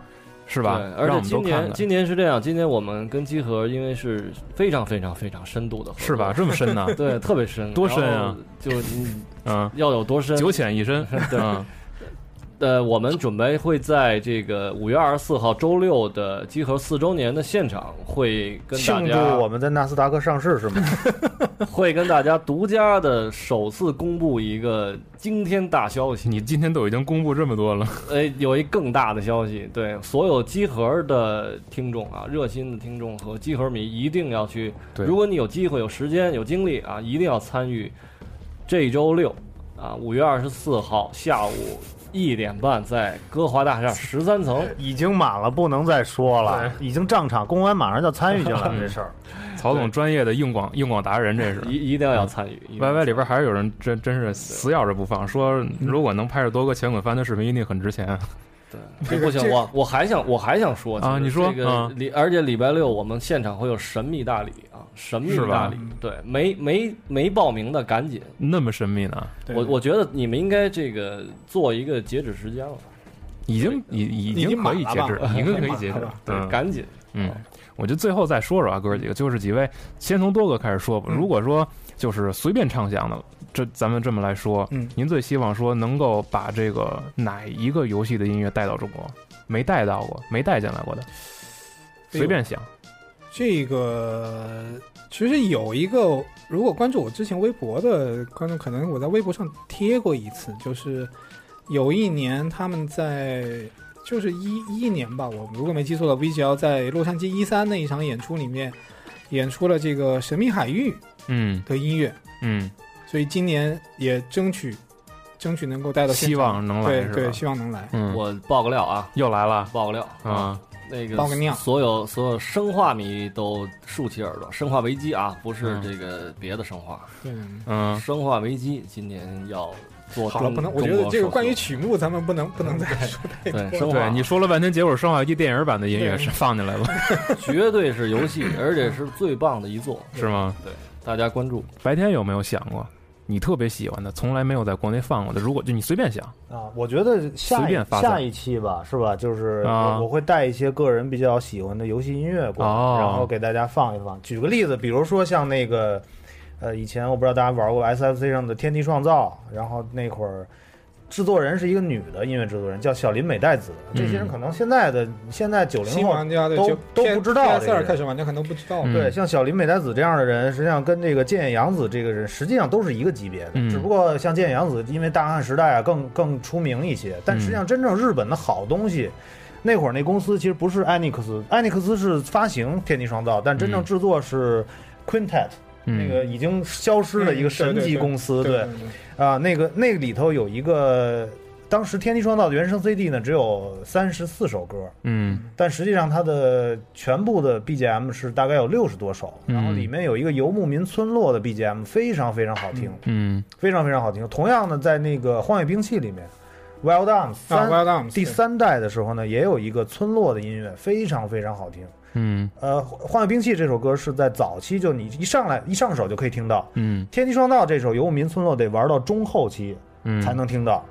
是吧
对？而
让
且
我们都
今年
看看，
今年是这样，今年我们跟集合因为是非常非常非常深度的合作，
是吧？？这么深呢、
对，特别深，
多深啊？
就你
嗯，
要有多深？
九浅一深，嗯
呃，我们准备会在这个五月二十四号周六的集合四周年的现场，会跟大
庆祝我
家
们在纳斯达克上市是 吗？
会跟大家独家的首次公布一个惊天大消息。
你今天都已经公布这么多 了，
呃，有一更大的消息，对所有集合的听众啊，热心的听众和集合迷一定要去。
对
如果你有机会、有时间、有精力啊，一定要参与这周六啊，五月二十四号下午一点半，在歌华大厦十三层。
已经满了，不能再说了，已经上场，公安马上就要参与进来了这事儿。
曹总专业的硬广硬广达人，这是。
一一定要参与。一定
Y
要参
Y
与
里边还是有人真真是死咬着不放，说如果能拍着多个前滚翻的视频，一定很值钱。
对，哎不行，我我还想我还想说
啊
就是
你说
这
啊
个礼，而且礼拜六我们现场会有神秘大礼啊，神秘
是吧
大礼，对，没没没报名的赶紧，
那么神秘呢？
对
我我觉得你们应该这个做一个截止时间了，
已经已已
已
经
经
可
满
以
了
截
吧
止，已经可以截止。嗯
赶紧，
嗯，我就最后再说说啊，哥儿几个，就是几位，先从多哥开始说吧。如果说就是随便畅想的，这咱们这么来说，
嗯
您最希望说能够把这个哪一个游戏的音乐带到中国？没带到过，没带进来过的，随便想。
这个其实有一个，如果关注我之前微博的观众，可能我在微博上贴过一次，就是有一年他们在就是一一年吧，我如果没记错的话，VGL 在洛杉矶一三那一场演出里面演出了这个《神秘海域》
嗯
的音乐，
嗯，
所以今年也争取争取能够带到现场
希望能来
对
是吧
对，希望能来。
嗯，
我爆个料啊，
又来了
爆个料
啊！
那个
爆个尿
所有所有生化迷都竖起耳朵，《生化危机》啊，不是这个别的生化，
对，
嗯，
生化危机》今年要做
好了，
中
不能，我觉得这个关于
中
曲目，咱们不能不能再说太
对
多
生
了。
化
对，你说了半天，结果《生化危机》电影版的音乐是放进来了，
国说 绝对是游戏，而且是最棒的一座，
是吗？
大家关注。
白天有没有想过，你特别喜欢的，从来没有在国内放过的？如果就你随便想，
啊，我觉得
随
下
便
一
发散
下一期吧，是吧？就是我,、
啊
我会带一些个人比较喜欢的游戏音乐过来，
哦
然后给大家放一放。举个例子，比如说像那个，呃，以前我不知道大家玩过 SFC 上的《天地创造》，然后那会儿制作人是一个女的音乐制作人，叫小林美代子。这
嗯
些人可能现在的现在九零
新
后
玩家的
都
就
都不知道这
S
个
二
人
开始玩家可能不知道。
嗯
对，像小林美代子这样的人，实际上跟这个剑野洋子这个人实际上都是一个级别的，
嗯
只不过像剑野洋子因为大汉时代啊更更出名一些，但实际上真正日本的好东西。那会儿那公司其实不是艾尼克斯，艾尼克斯是发行《天地创造》，但真正制作是 Quintet，、那
嗯
个已经消失的一个神级公司。
对
对啊，那个那个里头有一个，当时《天地创造》的原声 CD 呢只有三十四首歌，
嗯
但实际上它的全部的 BGM 是大概有六十多首，
嗯
然后里面有一个游牧民村落的 BGM 非常非常好听，
嗯
非常非常好听。同样呢，在那个荒野兵器里面，Wild Arms
啊
三、
，Wild Arms
第三代的时候呢，也有一个村落的音乐，非常非常好听。
嗯
呃，荒野兵器这首歌是在早期就你一上来一上手就可以听到，
嗯
《天地创造》这首游牧民村落得玩到中后期
嗯，
才能听到。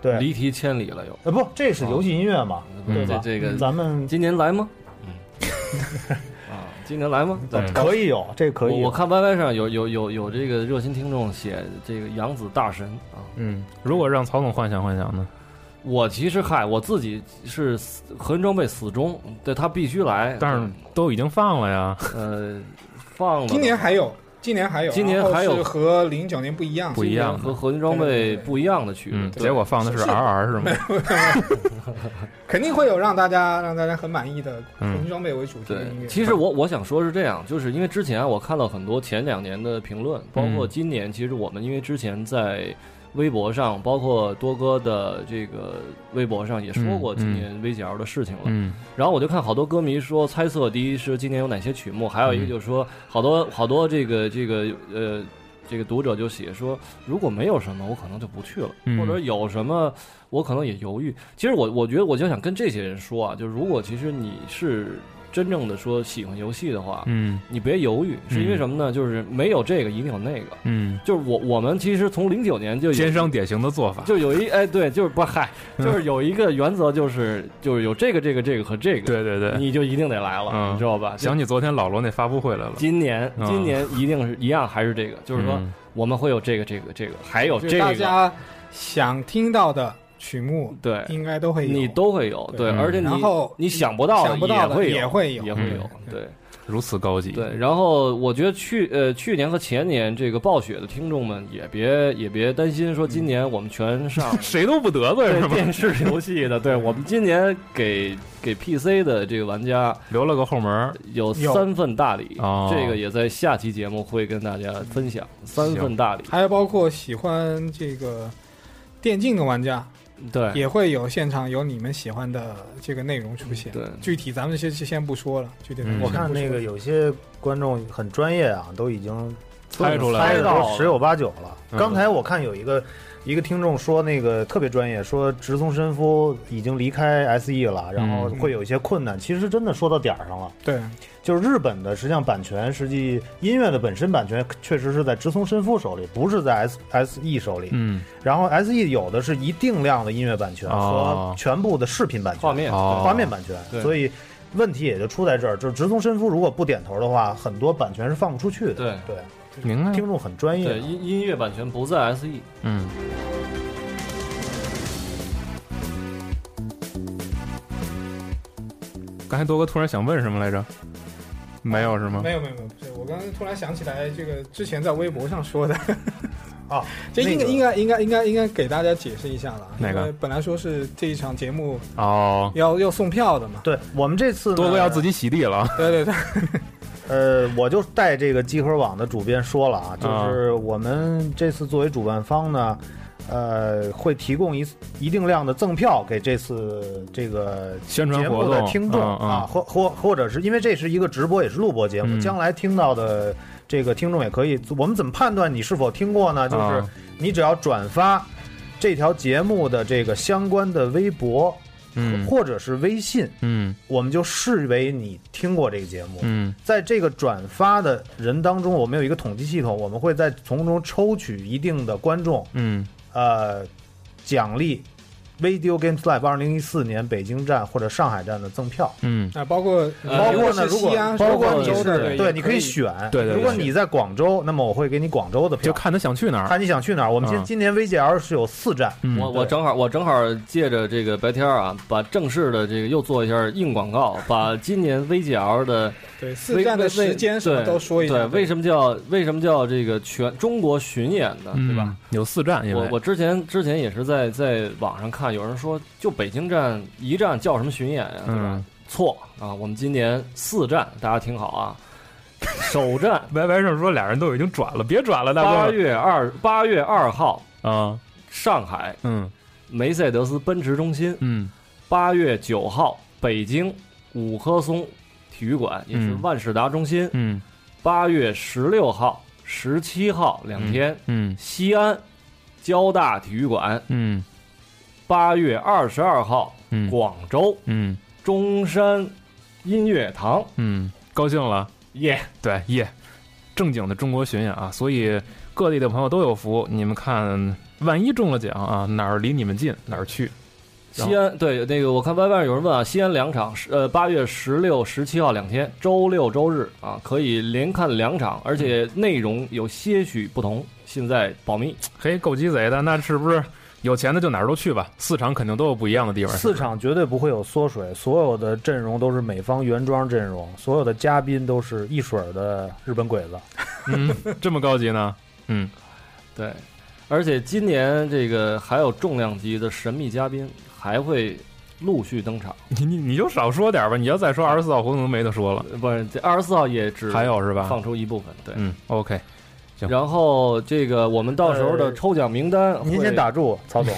对，
离题千里了又。
呃，不，这是游戏音乐嘛，
嗯
对吧？
这这个
咱们
今年来吗？嗯， 啊，今年来吗？咱
可以有，这可
我
以有
我看 YY 上有有有有这个热心听众写这个杨子大神啊，
嗯，如果让曹总幻想幻想呢？
我其实嗨，我自己是死核心装备死忠，对他必须来，
但是都已经放了呀，
呃，放了
今年还有，今年还有，
今年还有
然后是和零九年不一样
不。一样
今年
的
和。核心装备不一样的曲
嗯，
子，
结果放的是 RR 是吗？
肯定会有让大家让大家很满意的
嗯
核心装备为主题的音
对，
乐。
其实我我想说是这样，就是因为之前啊我看到很多前两年的评论，包括今年，其实我们因为之前在微博上，包括多哥的这个微博上也说过
嗯
今年 VGL 的事情了。
嗯
然后我就看好多歌迷说猜测，第一是今年有哪些曲目，还有一个就是说好多好多这个这个呃这个读者就写说，如果没有什么，我可能就不去了，
嗯
或者有什么我可能也犹豫。其实我我觉得我就想跟这些人说啊，就是如果其实你是真正的说喜欢游戏的话，
嗯
你别犹豫，是因为
嗯
什么呢？就是没有这个一定有那个。
嗯，
就是我我们其实从零九年就有
奸商典型的做法。
就有一哎对，就是不嗨，就是有一个原则，就是就是有这个这个这个和这个，
对对对，
你就一定得来了，
嗯
你知道吧？
想
就
起昨天老罗那发布会来了。
今年，
嗯
今年一定是一样，还是这个，就是说
嗯
我们会有这个这个这个，还有
就
这
是大
个，
家想听到的曲目
对，
应该都会有。
你都会有，对，
嗯
而且你
然后
你想不到
想不到的
会
也
也
会有
也会有，
嗯
对
如此高级。
对。然后我觉得去呃去年和前年这个暴雪的听众们也别也别担心，说
嗯
今年我们全上
谁都不得罪是
对
吗？
电视游戏的，对我们今年给给 PC 的这个玩家
留了个后门儿。
有
有
三份大礼
哦，
这个也在下期节目会跟大家分享三份大礼。
还有包括喜欢这个电竞的玩家，
对
也会有现场有你们喜欢的这个内容出现。
对
具体咱们先先不说了，具体
嗯
我看那个有些观众很专业啊，都已经
猜出来了
猜到十有八九了。
嗯
刚才我看有一个一个听众说那个特别专业，说直松伸夫已经离开 SE 了，然
嗯
后会有一些困难。其实真的说到点儿上了，
对
就是日本的实际上版权，实际音乐的本身版权确实是在直松伸夫手里，不是在 S SE 手里。
嗯，
然后 SE 有的是一定量的音乐版权
哦
和全部的视频版权。
画面，
哦
画面版权，
对
所以问题也就出在这儿，就是直通伸夫如果不点头的话，很多版权是放不出去的。
对
对，
明白了。
听众很专业。
对音音乐版权不在 E SE，
嗯，刚才多哥突然想问什么来着？没有是吗？
没有没有没有，不是我刚刚突然想起来，这个之前在微博上说的，
啊，
这应该、
那个
应该应该应该应该给大家解释一下了。啊
哪个
因为本来说是这一场节目
哦，
要要送票的嘛，
对我们这次呢
多哥要自己洗地了。
对对对，
呃，我就带这个集合网的主编说了啊，就是我们这次作为主办方呢，呃，会提供一一定量的赠票给这次这个
宣传
节
活
目的
动
听众
嗯嗯
啊，或或或者是因为这是一个直播也是录播节目，
嗯
将来听到的这个听众也可以，我们怎么判断你是否听过呢？就是
啊
你只要转发这条节目的这个相关的微博
嗯
或者是微信，
嗯
我们就视为你听过这个节目。
嗯
在这个转发的人当中，我们有一个统计系统，我们会在从中抽取一定的观众，
嗯
呃，奖励 Video Games Live 二零一四年北京站或者上海站的赠票。
嗯，
啊，包括
呃
包
如
括
果
呢，
是
如
西
果
安，
包括
是
你
广州的，
是
也
对，你可
以
以选。
对对对
如果你在广州，那么我会给你广州的票，
就看他想去哪儿。
看你想去哪儿。我们今
嗯
今年 VGL 是有四站，
嗯
我我正好我正好借着这个白天儿啊，把正式的这个又做一下硬广告，把今年 VGL 的
对四站的时间什么都说一下。
对，为什么叫为什么叫这个全中国巡演呢？对吧？
嗯？有四站，因
我
为
我之前之前也是在在网上看，有人说就北京站一站叫什么巡演呀、对吧？
嗯
错啊，我们今年四站，大家听好啊，首站
歪歪上说俩人都已经转了，别转了，大
八
哥
月二八月二号
啊，
上海
嗯
梅赛德斯奔驰中心，
嗯
八月九号北京五棵松体育馆，也是
嗯
万事达中心，
嗯
八月十六号、十七号两天，
嗯
西安交大体育馆，
嗯
八月二十二号
嗯
广州
嗯
中山音乐堂，
嗯，高兴了。
耶、
对耶正经的中国巡演啊，所以各地的朋友都有福。你们看，万一中了奖啊，哪儿离你们近哪儿去。然后
西安对那个我看 Y Y 有人问啊，西安两场，呃，八月十六、十七号两天，周六周日啊，可以连看两场，而且
嗯
内容有些许不同，现在保密。
嘿，够鸡贼的，那是不是有钱的就哪儿都去吧？四场肯定都有不一样的地方。
四场绝对不会有缩水，所有的阵容都是美方原装阵容，所有的嘉宾都是一水儿的日本鬼子。
嗯，这么高级呢？嗯，
对，而且今年这个还有重量级的神秘嘉宾还会陆续登场，
你你你就少说点吧，你要再说二十四号活动没得说了。
呃不是这二十四号也只
还有是吧？
放出一部分，对。
嗯，OK，行
然后这个我们到时候的
呃
抽奖名单会，
您先打住，曹总。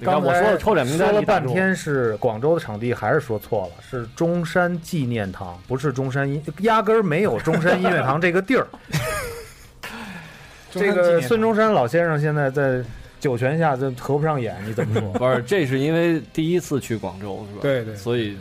你看我
刚才
说的抽奖名单，
说了
你打
半
住，
天是广州的场地，还是说错了？是中山纪念堂，不是中山音，压根儿没有中山音乐堂这个地儿。这个孙 中山老先生现在在酒泉下这合不上眼，你怎 么说？
不是，这是因为第一次去广州是吧？，
对对。
所以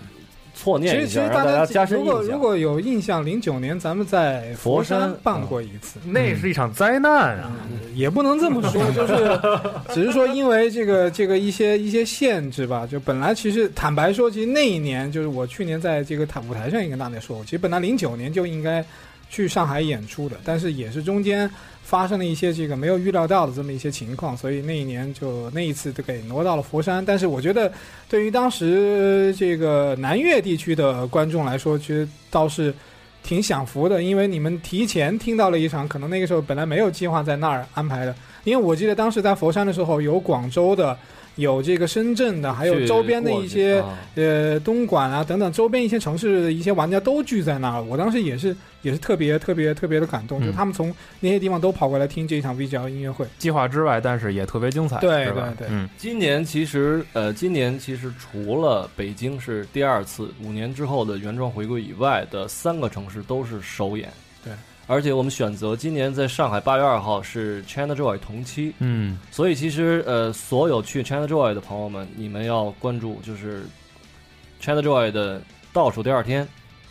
错
其
念
实
一
其
下，
实
让大
家
加深
如
印
果
象
如。果有印象，零九年咱们在
佛
佛
山
山办过一次，
那是一场灾难啊！
也不能这么说，就是只是说因为这个这个一些一些限制吧。就本来其实坦白说，其实那一年就是我去年在这个台舞台上也跟大家说过，其实本来零九年就应该去上海演出的，但是也是中间发生了一些这个没有预料到的这么一些情况，所以那一年就那一次就给挪到了佛山。但是我觉得对于当时这个南粤地区的观众来说，其实倒是。挺享福的，因为你们提前听到了一场，可能那个时候本来没有计划在那儿安排的，因为我记得当时在佛山的时候，有广州的，有这个深圳的，还有周边的一些
去过去啊
呃东莞啊等等周边一些城市的一些玩家都聚在那儿。我当时也是也是特别特别特别的感动，
嗯
就他们从那些地方都跑过来听这一场 VGL 音乐会。
计划之外，但是也特别精彩，
对
是吧？
对对
嗯
今年其实呃，今年其实除了北京是第二次五年之后的原装回归以外的三个城市都是首演。
对，
而且我们选择今年在上海八月二号是 ChinaJoy 同期，
嗯
所以其实呃，所有去 ChinaJoy 的朋友们，你们要关注，就是 ChinaJoy 的倒数第二天，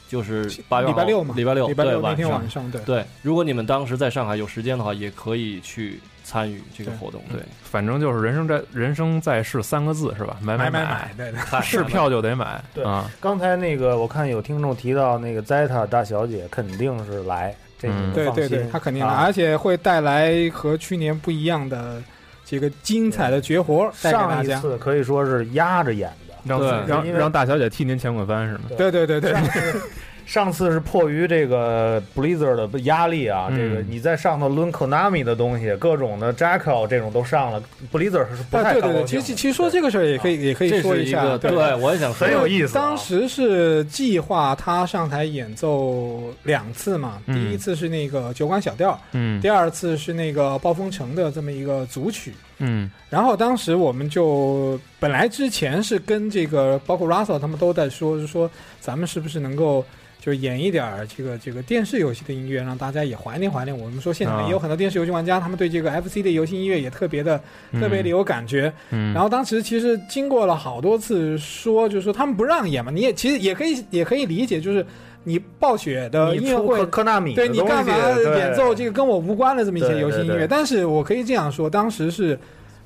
就是八月
礼拜
号
六嘛，
礼拜六，
礼拜
对
六那天
晚
晚上，对
对，如果你们当时在上海有时间的话，也可以去参与这个活动。对，
反正就是人生在人生在世三个字是吧？买
买
买，
买，对对。
是票就得买
对
啊。
刚才那个我看有听众提到那个 Zeta 大小姐肯定是来，这
嗯
你
对
放
对
心，
对，他肯定来，
啊
而且会带来和去年不一样的这个精彩的绝活带给大
上一
家。
次可以说是压着演的。
让
对
让
因为
让大小姐替您前滚翻是吗？
对对对对，
上次上次是迫于这个 Blizzard 的压力啊，
嗯
这个你在上头抡 Konami 的东西，各种的 Jackal 这种都上了，Blizzard 是不
啊，
太
对
高
对对，
兴啊
其
的
实其实说这个事儿也可以也可以
这
说
是一
下，
个对，我也想说
很有意思啊
当时是计划他上台演奏两次嘛，
嗯
第一次是那个酒馆小调，
嗯
第二次是那个暴风城的这么一个组曲。
嗯
然后当时我们就本来之前是跟这个包括 Russell 他们都在说，是说咱们是不是能够就演一点儿这个这个电视游戏的音乐，让大家也怀念怀念。我们说现场
啊
也有很多电视游戏玩家，他们对这个 FC 的游戏音乐也特别的
嗯
特别的有感觉。
嗯，
然后当时其实经过了好多次说，就是说他们不让演嘛，你也其实也可以也可以理解，就是你暴雪的
你
音乐
出
会
Ko-，Konami
对
的
你
东
干
西
嘛
对
演奏这个跟我无关的这么一些
对
游戏音
对
乐？
对
但是我可以这样说，当时是，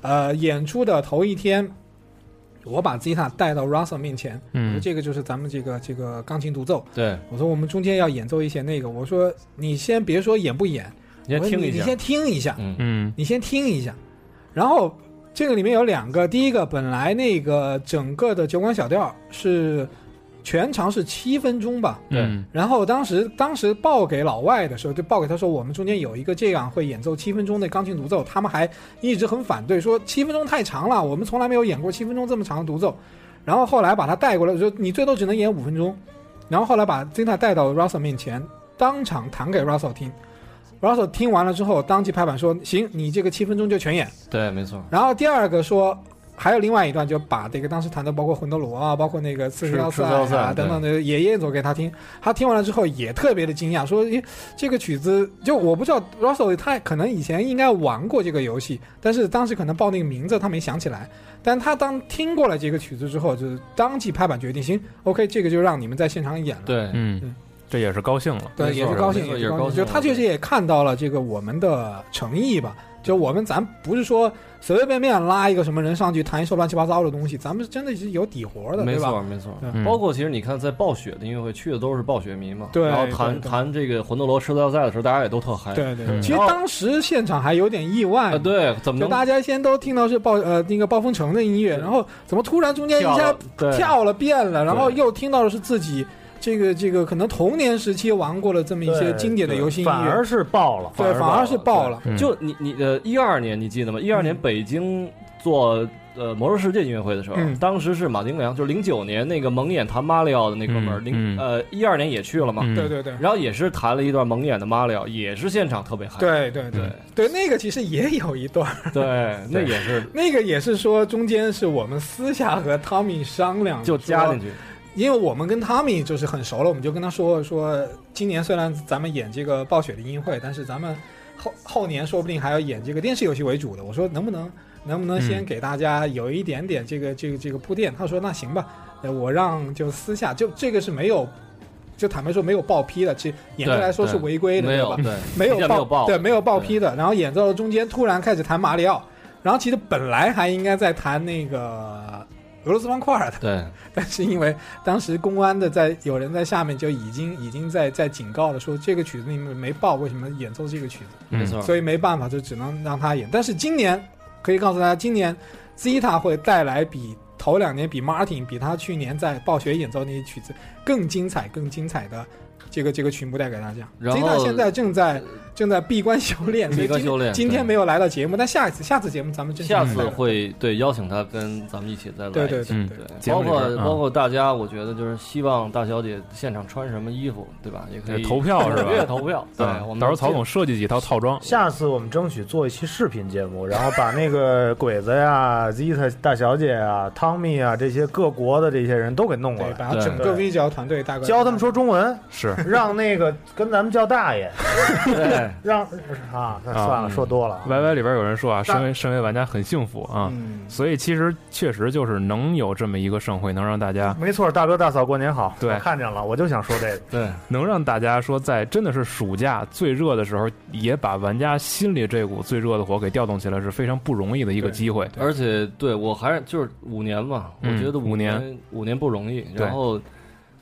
呃，演出的头一天，我把吉他带到 Russell 面前，我说
嗯
这个就是咱们这个这个钢琴独奏，
对，
我说我们中间要演奏一些那个，我说你先别说演不演，
你先
我说
听
你
一
你
下，
先听一下，
嗯，
嗯
你先听一下。然后这个里面有两个，第一个本来那个整个的酒馆小调是全长是七分钟吧，
嗯
然后当时当时报给老外的时候，就报给他说我们中间有一个这样会演奏七分钟的钢琴独奏，他们还一直很反对，说七分钟太长了，我们从来没有演过七分钟这么长的独奏。然后后来把他带过来，说你最多只能演五分钟。然后后来把 Zina 带到 Russell 面前，当场弹给 Russell 听。Russell 听完了之后，当即拍板说：“行，你这个七分钟就全演。”
对，没错，
然后第二个说，还有另外一段就把这个当时谈的包括魂斗罗啊，包括那个刺
刺
杀赛
刺刀赛
啊
对
等等的也演奏给他听，他听完了之后也特别的惊讶，说诶这个曲子就我不知道 Russell 他可能以前应该玩过这个游戏，但是当时可能报那个名字他没想起来，但他当听过了这个曲子之后，就是当即拍板决定，行，OK，这个就让你们在现场演了。
对，
嗯
嗯，
这也是高兴了，
对，也是高兴，
没错
是
也是
高
高兴
就他确实也看到了这个我们的诚意吧。就我们咱不是说随随便便拉一个什么人上去弹一首乱七八糟的东西，咱们真的是有底活的，
没
对吧？嗯
错，没错
嗯
对。
包括其实你看，在暴雪的音乐会去的都是暴雪迷嘛，
对
然后
对
谈
对
谈这个魂斗罗世道赛的时候，大家也都特嗨，
对对
嗯
对。其实当时现场还有点意外
啊，，对，怎么
就
能
大家先都听到是暴呃那个暴风城的音乐，
对
然后怎么突然中间一下
啊对
跳了变了，然后
对
又听到的是自己这个这个可能童年时期玩过的这么一些
对
经典的
对
游戏音
反
乐
而，是爆了，
对，反而是爆
对
了。
嗯
就你你呃，一二年你记得吗？一二
嗯
年北京做呃《魔兽世界》音乐会的时候，
嗯
当时是马丁良，就是零九年那个蒙眼弹马里奥的那哥们儿，
嗯
零、
嗯
呃一二年也去了嘛，
嗯
对对对，
然后也是弹了一段蒙眼的马里奥，也是现场特别嗨。
对对对
对
对，那个其实也有一段。
对，那也是
那个也是说，中间是我们私下和汤米商量，
就加进
去。
去，
因为我们跟汤米就是很熟了，我们就跟他说说，今年虽然咱们演这个暴雪的音乐会，但是咱们后后年说不定还要演这个电视游戏为主的。我说能不能能不能先
嗯
给大家有一点点这个这个这个铺垫？他说那行吧，呃我让就私下就这个是没有。就坦白说，没有报批的，其实严格
对
来说是
对
违规的，
没
对吧
有？对，
没有
一点
报
没有报
对，没有报批的。然后演奏的中间突然开始弹马里奥，然后其实本来还应该在弹那个俄罗斯方块的，
对
但是因为当时公安的在有人在下面就已经已经在在警告了，说这个曲子你们没报，为什么演奏这个曲子？
嗯
没错，
所以没办法，就只能让他演。但是今年可以告诉大家，今年 Zeta 会带来比。头两年比 Martin 比他去年在暴雪演奏那些曲子更精彩、更精彩的这个这个曲目带给大家。
然后
Zeta 现在正在正在闭关修炼，所以
闭关
今
修炼
今天
对
没有来到节目，但下一次，下次节目咱们真
下
正
次
来了
会对邀请他跟咱们一起再来
嗯对
一
对
期
对
嗯
对，
节
包
目里
括、
边啊
包括大家，我觉得就是希望大小姐现场穿什么衣服，对吧？也可以
投票是吧
踊跃投 票， 对，
啊
我们
到时候曹总设计几套套装，
下次我们争取做一期视频节目，然后把那个鬼子呀、Zita 大小姐啊、汤米啊这些各国的这些人都给弄过
对，
来，
把整个
对
V 角团队大概
教他们说中文，
是
让那个跟咱们叫大爷，
对
让啊，那
啊
算了，
嗯
说多了啊。
Y Y 里边有人说啊，身为身为玩家很幸福啊，
嗯，
所以其实确实就是能有这么一个盛会，能让大家
没错，大哥大嫂过年好，
对
我看见了，我就想说这个，
对
能让大家说在真的是暑假最热的时候，也把玩家心里这股最热的火给调动起来，是非常不容易的一个机会。
而且对我还是就是五年嘛，
嗯
我觉得
五
年五年不容易。
对
然后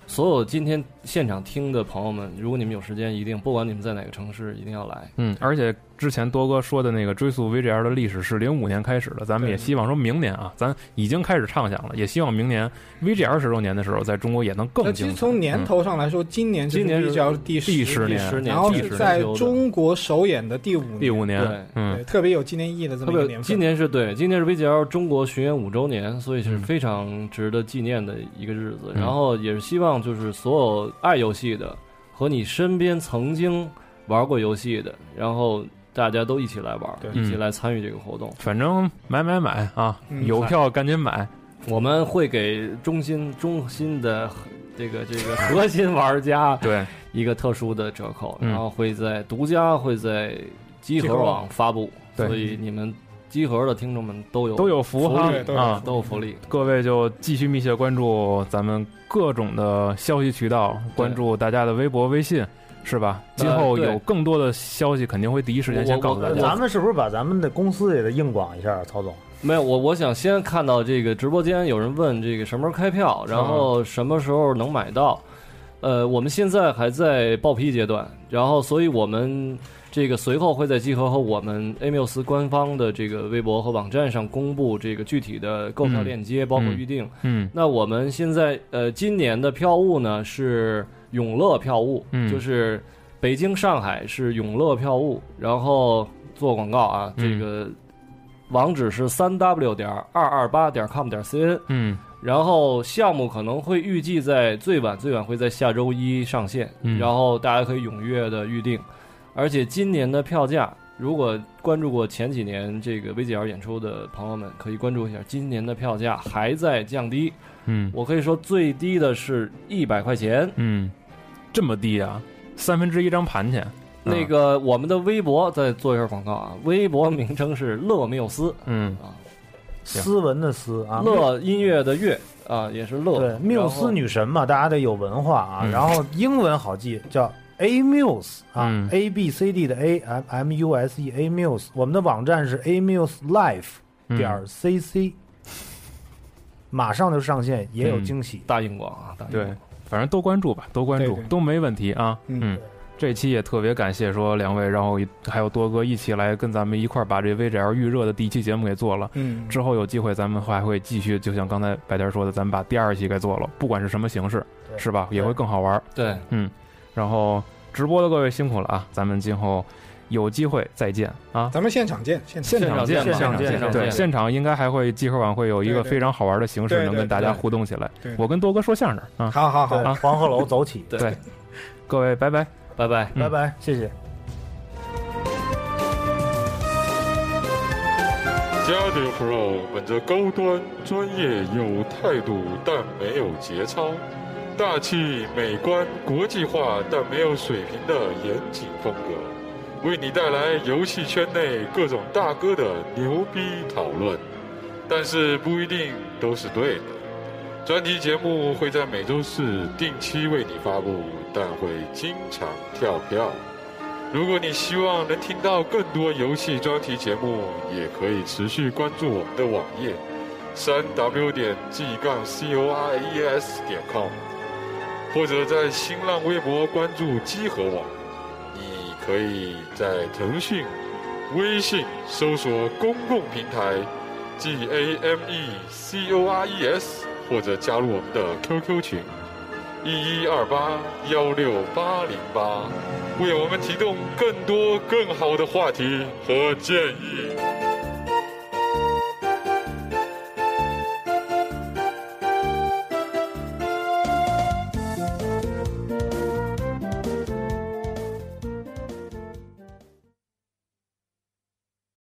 所有今天现场听的朋友们，如果你们有时间，一定不管你们在哪个城市，一定要来。
嗯，而且之前多哥说的那个追溯 VGL 的历史是零五年开始的，咱们也希望说明年啊，咱已经开始畅想了，也希望明年 VGL 十周年的时候，在中国也能
那
更
其
精
实
彩。嗯
从年头上来说，今年就是
今年是
VGL 第
第十
年，
年，
十年
然后
第
是
十
在
年
中国首演的第五
第
年，
五
对
年，嗯
对，，特别有纪念意义的
特
这么一个
别
年份。
今年是对，今年是 VGL 中国巡演五周年，所以是非常值得纪念的一个日子。
嗯
然后也是希望就是所有爱游戏的和你身边曾经玩过游戏的，然后大家都一起来玩
对，
一起来参与这个活动。
反正买买买啊，
嗯
有票赶紧买，
我们会给中心中心的这个这个核心玩家
对，
一个特殊的折扣，
嗯
然后会在独家会在集
集
合
合
网发布，
对
所以你们集合的听众们都有
都有福哈
对都有
啊，
都有福利。
各位就继续密切关注咱们各种的消息渠道，关注大家的微博、微信，是吧？
呃
今后
对
有更多的消息，肯定会第一时间先
我
告诉大
我
家。
咱们是不是把咱们的公司也得硬广一下，曹总？
没有，我我想先看到这个直播间有人问这个什么时候开票，然后什么时候能买到。呃，我们现在还在报批阶段，然后所以我们这个随后会在集合和我们 A 缪斯官方的这个微博和网站上公布这个具体的购票
嗯
链接，包括
嗯
预定。
嗯
那我们现在呃，今年的票务呢是永乐票务，
嗯
就是北京、上海是永乐票务，然后做广告啊，
嗯
这个网址是三 w 点二二八点 com 点 cn，
嗯
然后项目可能会预计在最晚最晚会在下周一上线，
嗯
然后大家可以踊跃的预定，而且今年的票价。如果关注过前几年这个 VGL 演出的朋友们，可以关注一下，今年的票价还在降低，
嗯
我可以说最低的是一百块钱。
嗯，这么低啊？三分之一张盘钱。
嗯
那
啊，
个我们的微博再做一下广告啊，微博名称是乐缪斯
嗯，
啊，
行
斯文的斯啊，
乐音乐的乐啊，也是乐。
对，缪斯女神嘛，大家得有文化啊。
嗯
然后英文好记，叫 A Muse 啊、
嗯
a B C D 的 A M M U S E A Muse。我们的网站是 A Muse Life
嗯
点儿 C C，、马上就上线，也有
嗯
惊喜。
大硬广啊，大硬广
对，反正多关注吧，多关注
对对
都没问题啊。
嗯
嗯，这期也特别感谢说两位，然后还有多哥一起来跟咱们一块儿把这 VGL 预热的第一期节目给做了。
嗯，
之后有机会咱们还会继续，就像刚才白天说的，咱们把第二期给做了，不管是什么形式，
对
是吧？也会更好玩。
对，
然后直播的各位辛苦了啊，咱们今后有机会再见啊。
咱们现场见，现
现场见吧，
现场见
现
现场
对，
见
现场应该还会集合晚会有一个
对对
非常好玩的形式，
对
能跟
对
大家
对
互动起来
对。
我跟多哥说相声啊，
好好
对
好，，
黄鹤楼走起，
各位拜拜。
拜拜。
嗯
拜拜，谢谢。
Jade Pro 本着高端、专业、有态度，但没有节操；大气、美观、国际化，但没有水平的严谨风格，为你带来游戏圈内各种大哥的牛逼讨论，但是不一定都是对的。专题节目会在每周四定期为你发布，但会经常跳票。如果你希望能听到更多游戏专题节目，也可以持续关注我们的网页，三 w 点 g 杠 c o r e s 点 com，或者在新浪微博关注机核网。你可以在腾讯、微信搜索公共平台 G A M E C O R E S，或者加入我们的 QQ 群一一二八幺六八零八。为我们提供更多更好的话题和建议。